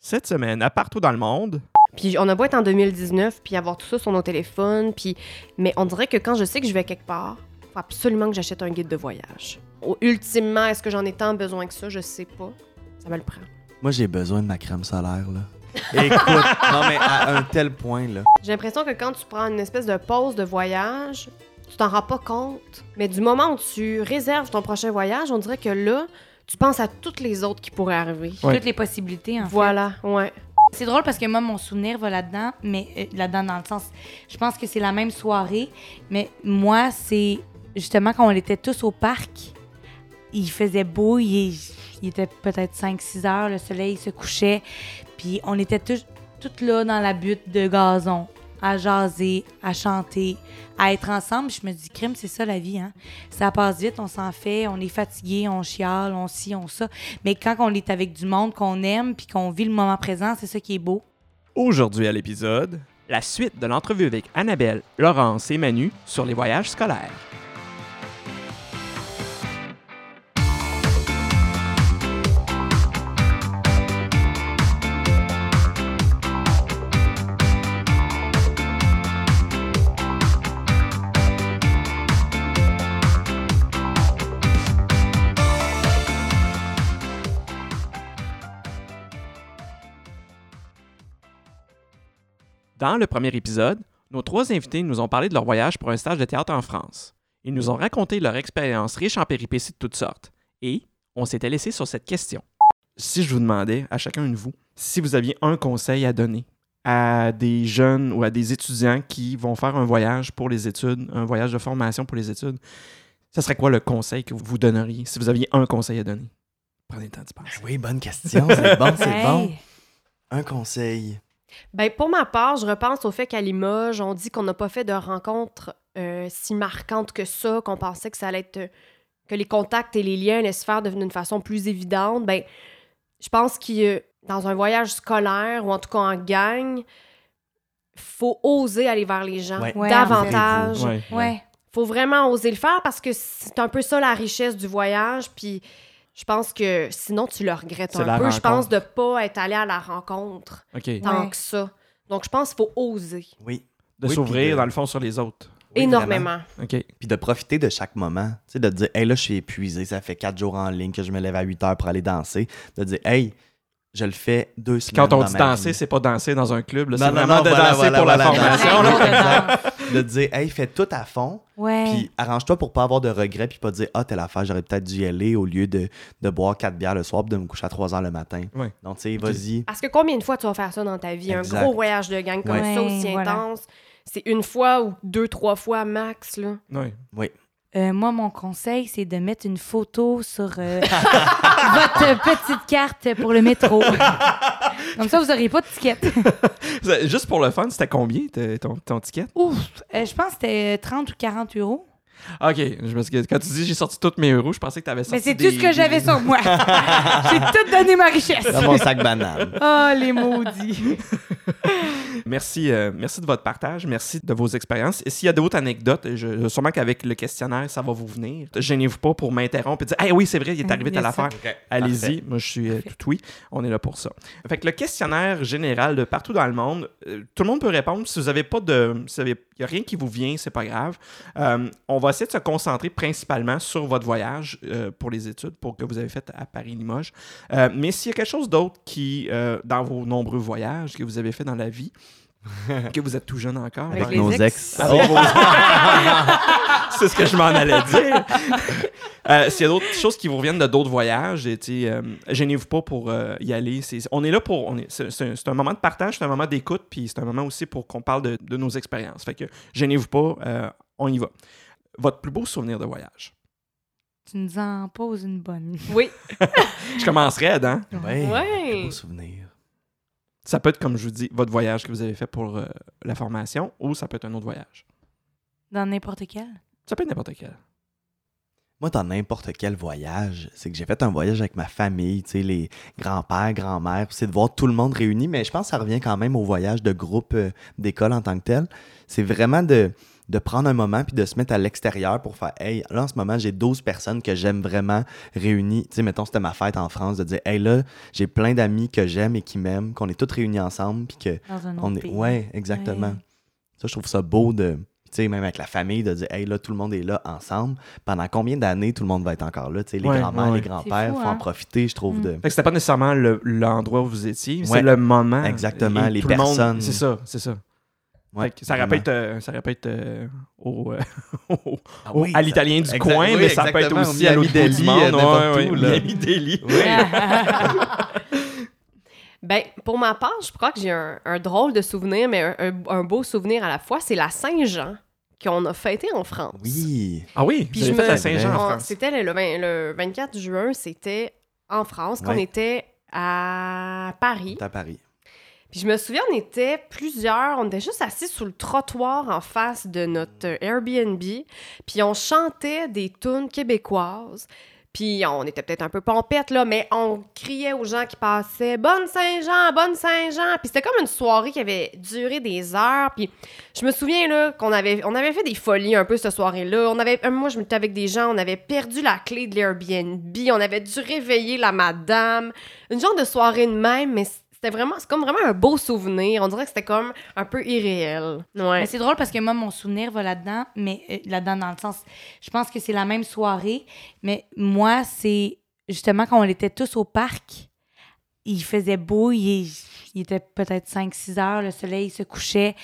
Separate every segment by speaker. Speaker 1: Cette semaine, à partout dans le monde,
Speaker 2: Puis on a beau être en 2019, puis avoir tout ça sur nos téléphones, puis... Mais on dirait que quand je sais que je vais quelque part, faut absolument que j'achète un guide de voyage. Au- Ultimement, est-ce que j'en ai tant besoin que ça? Je sais pas. Ça me le prend.
Speaker 3: Moi, j'ai besoin de ma crème solaire, là. Écoute, non, mais à un tel point, là.
Speaker 2: J'ai l'impression que quand tu prends une espèce de pause de voyage, tu t'en rends pas compte. Mais du moment où tu réserves ton prochain voyage, on dirait que là, tu penses à toutes les autres qui pourraient arriver.
Speaker 1: Ouais.
Speaker 4: Toutes les possibilités, en fait.
Speaker 2: Voilà, ouais.
Speaker 4: C'est drôle parce que moi, mon souvenir va là-dedans, mais euh, là-dedans, dans le sens, je pense que c'est la même soirée, mais moi, c'est justement quand on était tous au parc, il faisait beau, il, il était peut-être 5-6 heures, le soleil se couchait, puis on était tous toutes là dans la butte de gazon, à jaser, à chanter, à être ensemble. Je me dis, crime, c'est ça la vie, hein? Ça passe vite, on s'en fait, on est fatigué, on chiale, on ci, on ça. Mais quand on est avec du monde qu'on aime puis qu'on vit le moment présent, c'est ça qui est beau.
Speaker 1: aujourd'hui à l'épisode, la suite de l'entrevue avec Annabelle, Laurence et Manu sur les voyages scolaires. Dans le premier épisode, nos trois invités nous ont parlé de leur voyage pour un stage de théâtre en France. Ils nous ont raconté leur expérience riche en péripéties de toutes sortes. Et on s'était laissé sur cette question. Si je vous demandais à chacun de vous si vous aviez un conseil à donner à des jeunes ou à des étudiants qui vont faire un voyage pour les études, un voyage de formation pour les études, ça serait quoi le conseil que vous donneriez si vous aviez un conseil à donner? Prenez le temps d'y penser.
Speaker 3: Ben Oui, bonne question. C'est bon, c'est
Speaker 4: Hey!
Speaker 3: bon. Un conseil.
Speaker 2: Ben, pour ma part, je repense au fait qu'à Limoges, on dit qu'on n'a pas fait de rencontre euh, si marquante que ça, qu'on pensait que ça allait être. euh, que les contacts et les liens allaient se faire de- d'une façon plus évidente. Ben, je pense que euh, dans un voyage scolaire ou en tout cas en gang, faut oser aller vers les gens
Speaker 3: Ouais.
Speaker 4: Ouais,
Speaker 2: davantage.
Speaker 1: Ouais.
Speaker 4: Ouais.
Speaker 2: Faut vraiment oser le faire parce que c'est un peu ça la richesse du voyage. Puis je pense que sinon tu le regrettes
Speaker 1: C'est
Speaker 2: un peu.
Speaker 1: la
Speaker 2: Je pense
Speaker 1: rencontre.
Speaker 2: de pas être allé à la rencontre
Speaker 1: OK.
Speaker 2: tant
Speaker 4: Ouais.
Speaker 2: que ça. Donc, je pense qu'il faut oser
Speaker 3: Oui.
Speaker 1: De
Speaker 3: Oui, puis
Speaker 1: s'ouvrir,
Speaker 3: de-
Speaker 1: dans le fond, sur les autres.
Speaker 3: Oui, vraiment.
Speaker 2: énormément.
Speaker 1: OK.
Speaker 3: Puis de profiter de chaque moment. Tu sais, de te dire, hey, là, je suis épuisé. Ça fait quatre jours en ligne que je me lève à 8 heures pour aller danser. De dire, hey, je le fais deux
Speaker 1: Puis
Speaker 3: semaines.
Speaker 1: Quand on
Speaker 3: dans
Speaker 1: dit
Speaker 3: ma
Speaker 1: danser,
Speaker 3: vie.
Speaker 1: c'est pas danser dans un club, là,
Speaker 3: Non,
Speaker 1: c'est
Speaker 3: non,
Speaker 1: vraiment
Speaker 3: non,
Speaker 1: de
Speaker 3: voilà,
Speaker 1: danser
Speaker 3: voilà,
Speaker 1: pour la
Speaker 3: voilà,
Speaker 1: formation.
Speaker 3: danser.
Speaker 1: là.
Speaker 3: De te dire, hey, fais tout à fond.
Speaker 4: Ouais.
Speaker 3: Puis arrange-toi pour pas avoir de regrets. Puis pas te dire, ah, telle affaire, j'aurais peut-être dû y aller au lieu de, de boire quatre bières le soir puis de me coucher à 3 heures le matin.
Speaker 1: Ouais.
Speaker 3: Donc, tu sais, vas-y.
Speaker 2: Parce que combien de fois tu vas faire ça dans ta vie?
Speaker 3: Exact.
Speaker 2: Un gros voyage de gang comme
Speaker 4: Ouais.
Speaker 2: ça, aussi
Speaker 4: Ouais, voilà.
Speaker 2: intense. C'est une fois ou deux, trois fois max. Là.
Speaker 1: Ouais.
Speaker 4: Euh, moi, mon conseil, c'est de mettre une photo sur euh, votre petite carte pour le métro. Comme ça, vous n'aurez pas de ticket.
Speaker 1: C'est- Ben, Juste pour le fun, c'était combien t- ton, ton ticket?
Speaker 4: Ouf! Euh, je pense que c'était euh, 30 ou 40 euros.
Speaker 1: OK, je me suis dit- quand tu dis j'ai sorti toutes mes euros, je pensais que t'avais sorti
Speaker 4: Mais c'est
Speaker 1: des-
Speaker 4: tout ce que j'avais
Speaker 1: des-
Speaker 4: sur moi. J'ai tout donné ma richesse.
Speaker 3: Dans mon sac banane.
Speaker 4: Oh, les maudits.
Speaker 1: Merci, euh, merci de votre partage, merci de vos expériences. Et s'il y a d'autres anecdotes, je, sûrement qu'avec le questionnaire, ça va vous venir. Gênez-vous pas pour m'interrompre et dire Hey, oui, c'est vrai, il est
Speaker 4: Oui,
Speaker 1: arrivé
Speaker 4: bien
Speaker 1: telle
Speaker 4: sûr.
Speaker 1: affaire. Allez-y, moi je suis euh,
Speaker 4: Parfait.
Speaker 1: tout oui, on est là pour ça. Fait que le questionnaire général de partout dans le monde, euh, tout le monde peut répondre. Si vous avez pas de. Il n'y a rien qui vous vient, c'est pas grave. Euh, on va essayer de se concentrer principalement sur votre voyage euh, pour les études pour que vous avez fait à Paris-Limoges. Euh, mais s'il y a quelque chose d'autre qui, euh, dans vos nombreux voyages que vous avez fait dans la vie, que vous êtes tout jeune encore,
Speaker 2: Avec
Speaker 1: par
Speaker 2: les
Speaker 3: Nos
Speaker 2: ex.
Speaker 3: ex. Oh,
Speaker 1: ah bon, bon. c'est ce que je m'en allais dire. Euh, S'il y a d'autres choses qui vous reviennent de d'autres voyages, et, tu sais, euh, gênez-vous pas pour euh, y aller. C'est- on est là pour. on est- C'est c'est un, c'est un moment de partage, c'est un moment d'écoute, puis c'est un moment aussi pour qu'on parle de, de nos expériences. Fait que gênez-vous pas, euh, on y va. Votre plus beau souvenir de voyage.
Speaker 4: Tu nous en poses une bonne.
Speaker 2: Oui.
Speaker 1: Je commencerai, Adam.
Speaker 3: Ouais.
Speaker 2: Ouais.
Speaker 3: Beau souvenir.
Speaker 1: Ça peut être, comme je vous dis, votre voyage que vous avez fait pour euh, la formation, ou ça peut être un autre voyage.
Speaker 4: Dans n'importe quel.
Speaker 1: Ça peut être n'importe quel.
Speaker 3: Moi, dans n'importe quel voyage, c'est que j'ai fait un voyage avec ma famille, tu sais, les grands-pères, grands-mères, c'est de voir tout le monde réuni, mais je pense que ça revient quand même au voyage de groupe euh, d'école en tant que tel. C'est vraiment de, de prendre un moment puis de se mettre à l'extérieur pour faire Hey, là, en ce moment, j'ai 12 personnes que j'aime vraiment réunies. Tu sais, mettons, c'était ma fête en France, de dire Hey, là, j'ai plein d'amis que j'aime et qui m'aiment, qu'on est tous réunis ensemble, puis que
Speaker 4: dans un autre
Speaker 3: on est...
Speaker 4: pays.
Speaker 3: Ouais, exactement.
Speaker 4: Ouais.
Speaker 3: Ça, je trouve ça beau de. Tu sais, même avec la famille, de dire, hey, là, tout le monde est là ensemble. Pendant combien d'années tout le monde va être encore là? Tu sais, les
Speaker 1: Ouais,
Speaker 3: grands-mères,
Speaker 1: ouais.
Speaker 3: les grands-pères,
Speaker 4: C'est fou,
Speaker 3: faut en
Speaker 4: hein?
Speaker 3: profiter, je trouve.
Speaker 4: Mm.
Speaker 3: De...
Speaker 1: Fait que c'était pas nécessairement le- l'endroit où vous étiez, mais
Speaker 3: Ouais.
Speaker 1: c'est le moment.
Speaker 3: Exactement,
Speaker 1: Et
Speaker 3: les
Speaker 1: tout le monde-
Speaker 3: personnes.
Speaker 1: C'est ça, c'est ça.
Speaker 3: Ouais,
Speaker 1: Fait que ça
Speaker 3: vraiment.
Speaker 1: répète, euh, ça répète euh, au, euh, au-
Speaker 3: Ah
Speaker 1: au-
Speaker 3: oui,
Speaker 1: à
Speaker 3: ça-
Speaker 1: l'italien du
Speaker 3: Exact-
Speaker 1: coin,
Speaker 3: oui,
Speaker 1: mais ça peut être
Speaker 3: exactement, au
Speaker 1: aussi à l'autre bout
Speaker 3: Miami
Speaker 1: du
Speaker 3: Deli,
Speaker 1: monde,
Speaker 3: euh, n'importe
Speaker 1: ouais,
Speaker 3: où,
Speaker 1: ouais,
Speaker 3: là.
Speaker 1: Miami Deli.
Speaker 2: Ben, pour ma part, je crois que j'ai un, un drôle de souvenir, mais un, un- un beau souvenir à la fois. C'est la Saint-Jean qu'on a fêté en France.
Speaker 3: Oui.
Speaker 1: Ah oui,
Speaker 2: Puis
Speaker 1: vous
Speaker 2: je
Speaker 1: avez
Speaker 2: me-
Speaker 1: fait la Saint-Jean en
Speaker 2: On-
Speaker 1: France.
Speaker 2: C'était le, le vingt- le 24 juin, c'était en France, qu'on
Speaker 3: Ouais.
Speaker 2: était à Paris.
Speaker 3: T'es à Paris.
Speaker 2: Puis je me souviens, on était plusieurs, on était juste assis sur le trottoir en face de notre euh, Airbnb, puis on chantait des tunes québécoises. Puis on était peut-être un peu pompettes, là, mais on criait aux gens qui passaient « Bonne Saint-Jean! Bonne Saint-Jean! » Puis c'était comme une soirée qui avait duré des heures. Puis je me souviens, là, qu'on avait, on avait fait des folies un peu cette soirée-là. On avait, euh, moi, je me avec des gens, on avait perdu la clé de l'Airbnb, on avait dû réveiller la madame une genre de soirée de même, mais c'était vraiment, c'est comme vraiment un beau souvenir. On dirait que c'était comme un peu irréel.
Speaker 4: Mais
Speaker 2: Ouais.
Speaker 4: c'est drôle parce que moi, mon souvenir va là-dedans, mais euh, là-dedans, dans le sens, je pense que c'est la même soirée, mais moi, c'est justement quand on était tous au parc, il faisait beau, il, est- il était peut-être 5-6 heures, le soleil se couchait,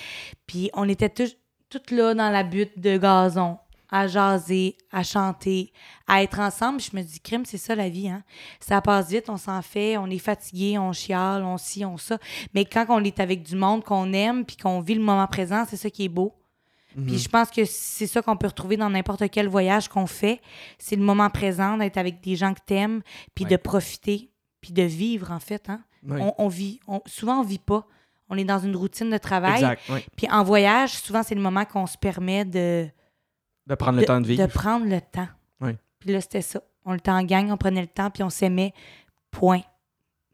Speaker 4: puis on était tous, toutes là dans la butte de gazon, à jaser, à chanter, à être ensemble. Je me dis, crime, c'est ça la vie, hein? Ça passe vite, on s'en fait, on est fatigué, on chiale, on ci, on ça. Mais quand on est avec du monde qu'on aime puis qu'on vit le moment présent, c'est ça qui est beau.
Speaker 1: Mhm.
Speaker 4: Puis je pense que c'est ça qu'on peut retrouver dans n'importe quel voyage qu'on fait. C'est le moment présent d'être avec des gens que t'aimes, puis
Speaker 3: Ouais.
Speaker 4: de profiter, puis de vivre, en fait. Hein?
Speaker 1: Oui,
Speaker 4: On, on vit, on, souvent on vit pas. On est dans une routine de travail.
Speaker 1: Exact, oui.
Speaker 4: Puis en voyage, souvent c'est le moment qu'on se permet de,
Speaker 1: De prendre le temps de vivre.
Speaker 4: prendre le temps.
Speaker 1: Oui.
Speaker 4: Puis là, c'était ça. On le temps en gang, on prenait le temps, puis on s'aimait. Point.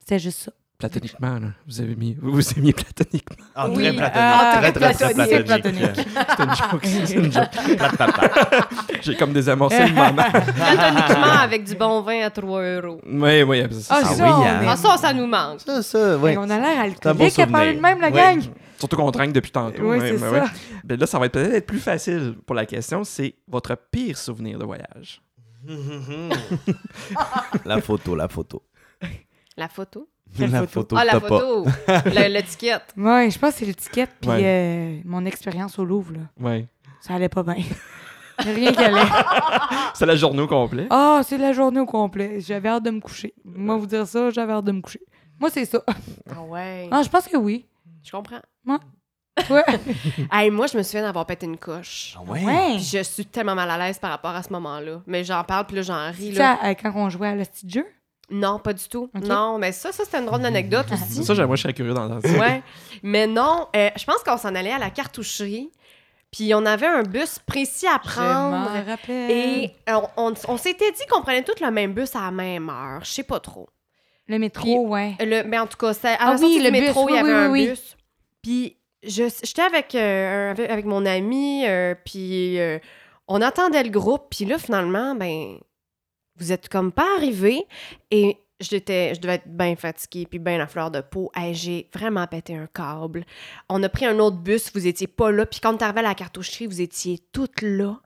Speaker 4: C'était juste ça.
Speaker 1: Platoniquement, là. Vous avez mis, vous vous aimiez platoniquement.
Speaker 3: Ah,
Speaker 2: Oui,
Speaker 3: très
Speaker 2: euh,
Speaker 3: platonique.
Speaker 2: ah,
Speaker 3: très, très, très,
Speaker 2: très
Speaker 3: platonique.
Speaker 4: platonique.
Speaker 1: C'est une joke, c'est une joke. J'ai comme désamorcé le moment.
Speaker 2: Platoniquement avec du bon vin à 3 euros.
Speaker 1: Oui, oui, c'est ça.
Speaker 3: Ah, ça, oui, hein.
Speaker 2: Ah, ça, ça nous manque.
Speaker 3: Ça, ça, oui.
Speaker 4: On a l'air
Speaker 3: C'est un beau
Speaker 4: alcoolique à parler
Speaker 3: souvenir.
Speaker 4: de même, la
Speaker 3: Oui.
Speaker 4: gang.
Speaker 1: Surtout qu'on trinque depuis tantôt. ouais,
Speaker 4: Oui, c'est
Speaker 1: ouais,
Speaker 4: ça.
Speaker 1: ouais. Ben là, ça va être peut-être être plus facile pour la question. C'est votre pire souvenir de voyage.
Speaker 3: La photo, la photo.
Speaker 2: La photo.
Speaker 4: Quelle
Speaker 3: la
Speaker 4: photo?
Speaker 3: photo,
Speaker 2: ah, la
Speaker 3: t'as pas.
Speaker 2: photo. le, ticket.
Speaker 4: Ouais, je pense que c'est l'étiquette puis
Speaker 1: Ouais.
Speaker 4: euh, mon expérience au Louvre là.
Speaker 1: Oui.
Speaker 4: Ça allait pas bien. Y a Rien qui allait.
Speaker 1: C'est la journée au complet.
Speaker 4: Ah, c'est la journée au complet. J'avais hâte de me coucher. Moi vous dire ça, j'avais hâte de me coucher. Moi c'est ça.
Speaker 2: Ah ouais.
Speaker 4: Ah, je pense que oui.
Speaker 2: Je comprends.
Speaker 4: Toi
Speaker 2: Hey, moi, je me souviens d'avoir pété une coche.
Speaker 3: Ah ouais?
Speaker 4: Ouais.
Speaker 2: Puis Je suis tellement mal à l'aise par rapport à ce moment-là. Mais j'en parle, puis là, j'en ris.
Speaker 4: Tu
Speaker 2: Là.
Speaker 4: sais, euh, quand on jouait à le petit jeu.
Speaker 2: Non, pas du tout.
Speaker 4: Ok.
Speaker 2: Non, mais ça, ça c'était une drôle d'anecdote aussi.
Speaker 1: Ça, j'ai- moi, je serais curieux d'entendre ça.
Speaker 2: Ouais. Mais non, euh, je pense qu'on s'en allait à la cartoucherie. Puis on avait un bus précis à prendre.
Speaker 4: rappelle.
Speaker 2: Et on, on- on s'était dit qu'on prenait tous le même bus à la même heure. Je sais pas trop.
Speaker 4: le métro,
Speaker 2: Puis-
Speaker 4: ouais.
Speaker 2: Le- mais en tout cas, c'était à
Speaker 4: Ah
Speaker 2: la
Speaker 4: oui,
Speaker 2: sortie
Speaker 4: le
Speaker 2: du
Speaker 4: bus,
Speaker 2: métro,
Speaker 4: oui,
Speaker 2: il y avait
Speaker 4: oui,
Speaker 2: un
Speaker 4: oui, oui.
Speaker 2: bus. Puis je- j'étais avec, euh, avec, avec mon ami, euh, puis euh, on attendait le groupe. Puis là, finalement, ben, vous êtes comme pas arrivés. Et j'étais, je devais être bien fatiguée, puis bien à fleur de peau. Hey, J'ai vraiment pété un câble. On a pris un autre bus, vous étiez pas là. Puis quand on arrivait à la cartoucherie, vous étiez toutes là.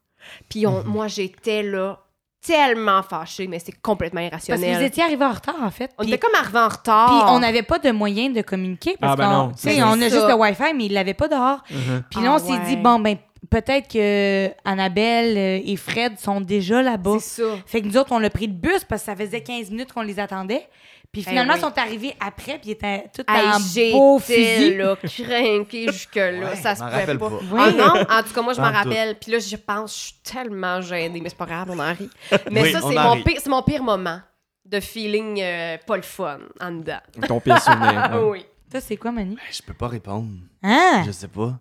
Speaker 2: Puis
Speaker 4: Mhm.
Speaker 2: on- moi, j'étais là tellement fâchée, mais c'est complètement
Speaker 4: Parce que vous
Speaker 2: irrationnel.
Speaker 4: étiez arrivés en retard en fait.
Speaker 2: On
Speaker 4: Puis-
Speaker 2: était comme arrivés en retard.
Speaker 4: Puis on n'avait pas de moyen de communiquer parce
Speaker 1: Ah, ben
Speaker 4: qu'on
Speaker 1: non,
Speaker 4: tu
Speaker 1: c'est
Speaker 4: sais,
Speaker 1: ça.
Speaker 4: on a
Speaker 2: Ça.
Speaker 4: juste le Wi-Fi, mais il l'avait pas dehors.
Speaker 1: Mhm.
Speaker 4: Puis là, on
Speaker 2: Ah
Speaker 4: s'est
Speaker 2: ouais.
Speaker 4: dit, bon, ben, peut-être que Annabelle euh, et Fred sont déjà là-bas.
Speaker 2: C'est ça.
Speaker 4: Fait que nous autres, on a pris le bus parce que ça faisait 15 minutes qu'on les attendait. Puis
Speaker 2: Eh
Speaker 4: finalement,
Speaker 2: oui.
Speaker 4: ils sont arrivés après, puis ils étaient tout en
Speaker 2: Hey,
Speaker 4: beau
Speaker 2: J'étais
Speaker 4: fusil.
Speaker 2: là, crinquée jusque-là.
Speaker 3: Ouais,
Speaker 2: ça se
Speaker 3: m'en
Speaker 2: pouvait
Speaker 3: rappelle
Speaker 2: pas.
Speaker 3: pas.
Speaker 4: Ouais.
Speaker 2: Ah non, en tout cas, moi, je
Speaker 3: Pas
Speaker 2: m'en
Speaker 3: en tout.
Speaker 2: rappelle. Puis là, j'y pense, je suis tellement gênée, mais c'est pas grave, on en rit. Mais
Speaker 3: Oui,
Speaker 2: ça,
Speaker 3: on
Speaker 2: c'est
Speaker 3: en
Speaker 2: mon,
Speaker 3: rit.
Speaker 2: pire- c'est mon pire moment de feeling euh, pas le fun en dedans.
Speaker 1: Ton pire souvenir.
Speaker 2: Ah
Speaker 1: ouais.
Speaker 2: oui.
Speaker 4: Ça, c'est quoi, Mani?
Speaker 3: Je peux pas répondre.
Speaker 4: Hein?
Speaker 3: Je sais pas.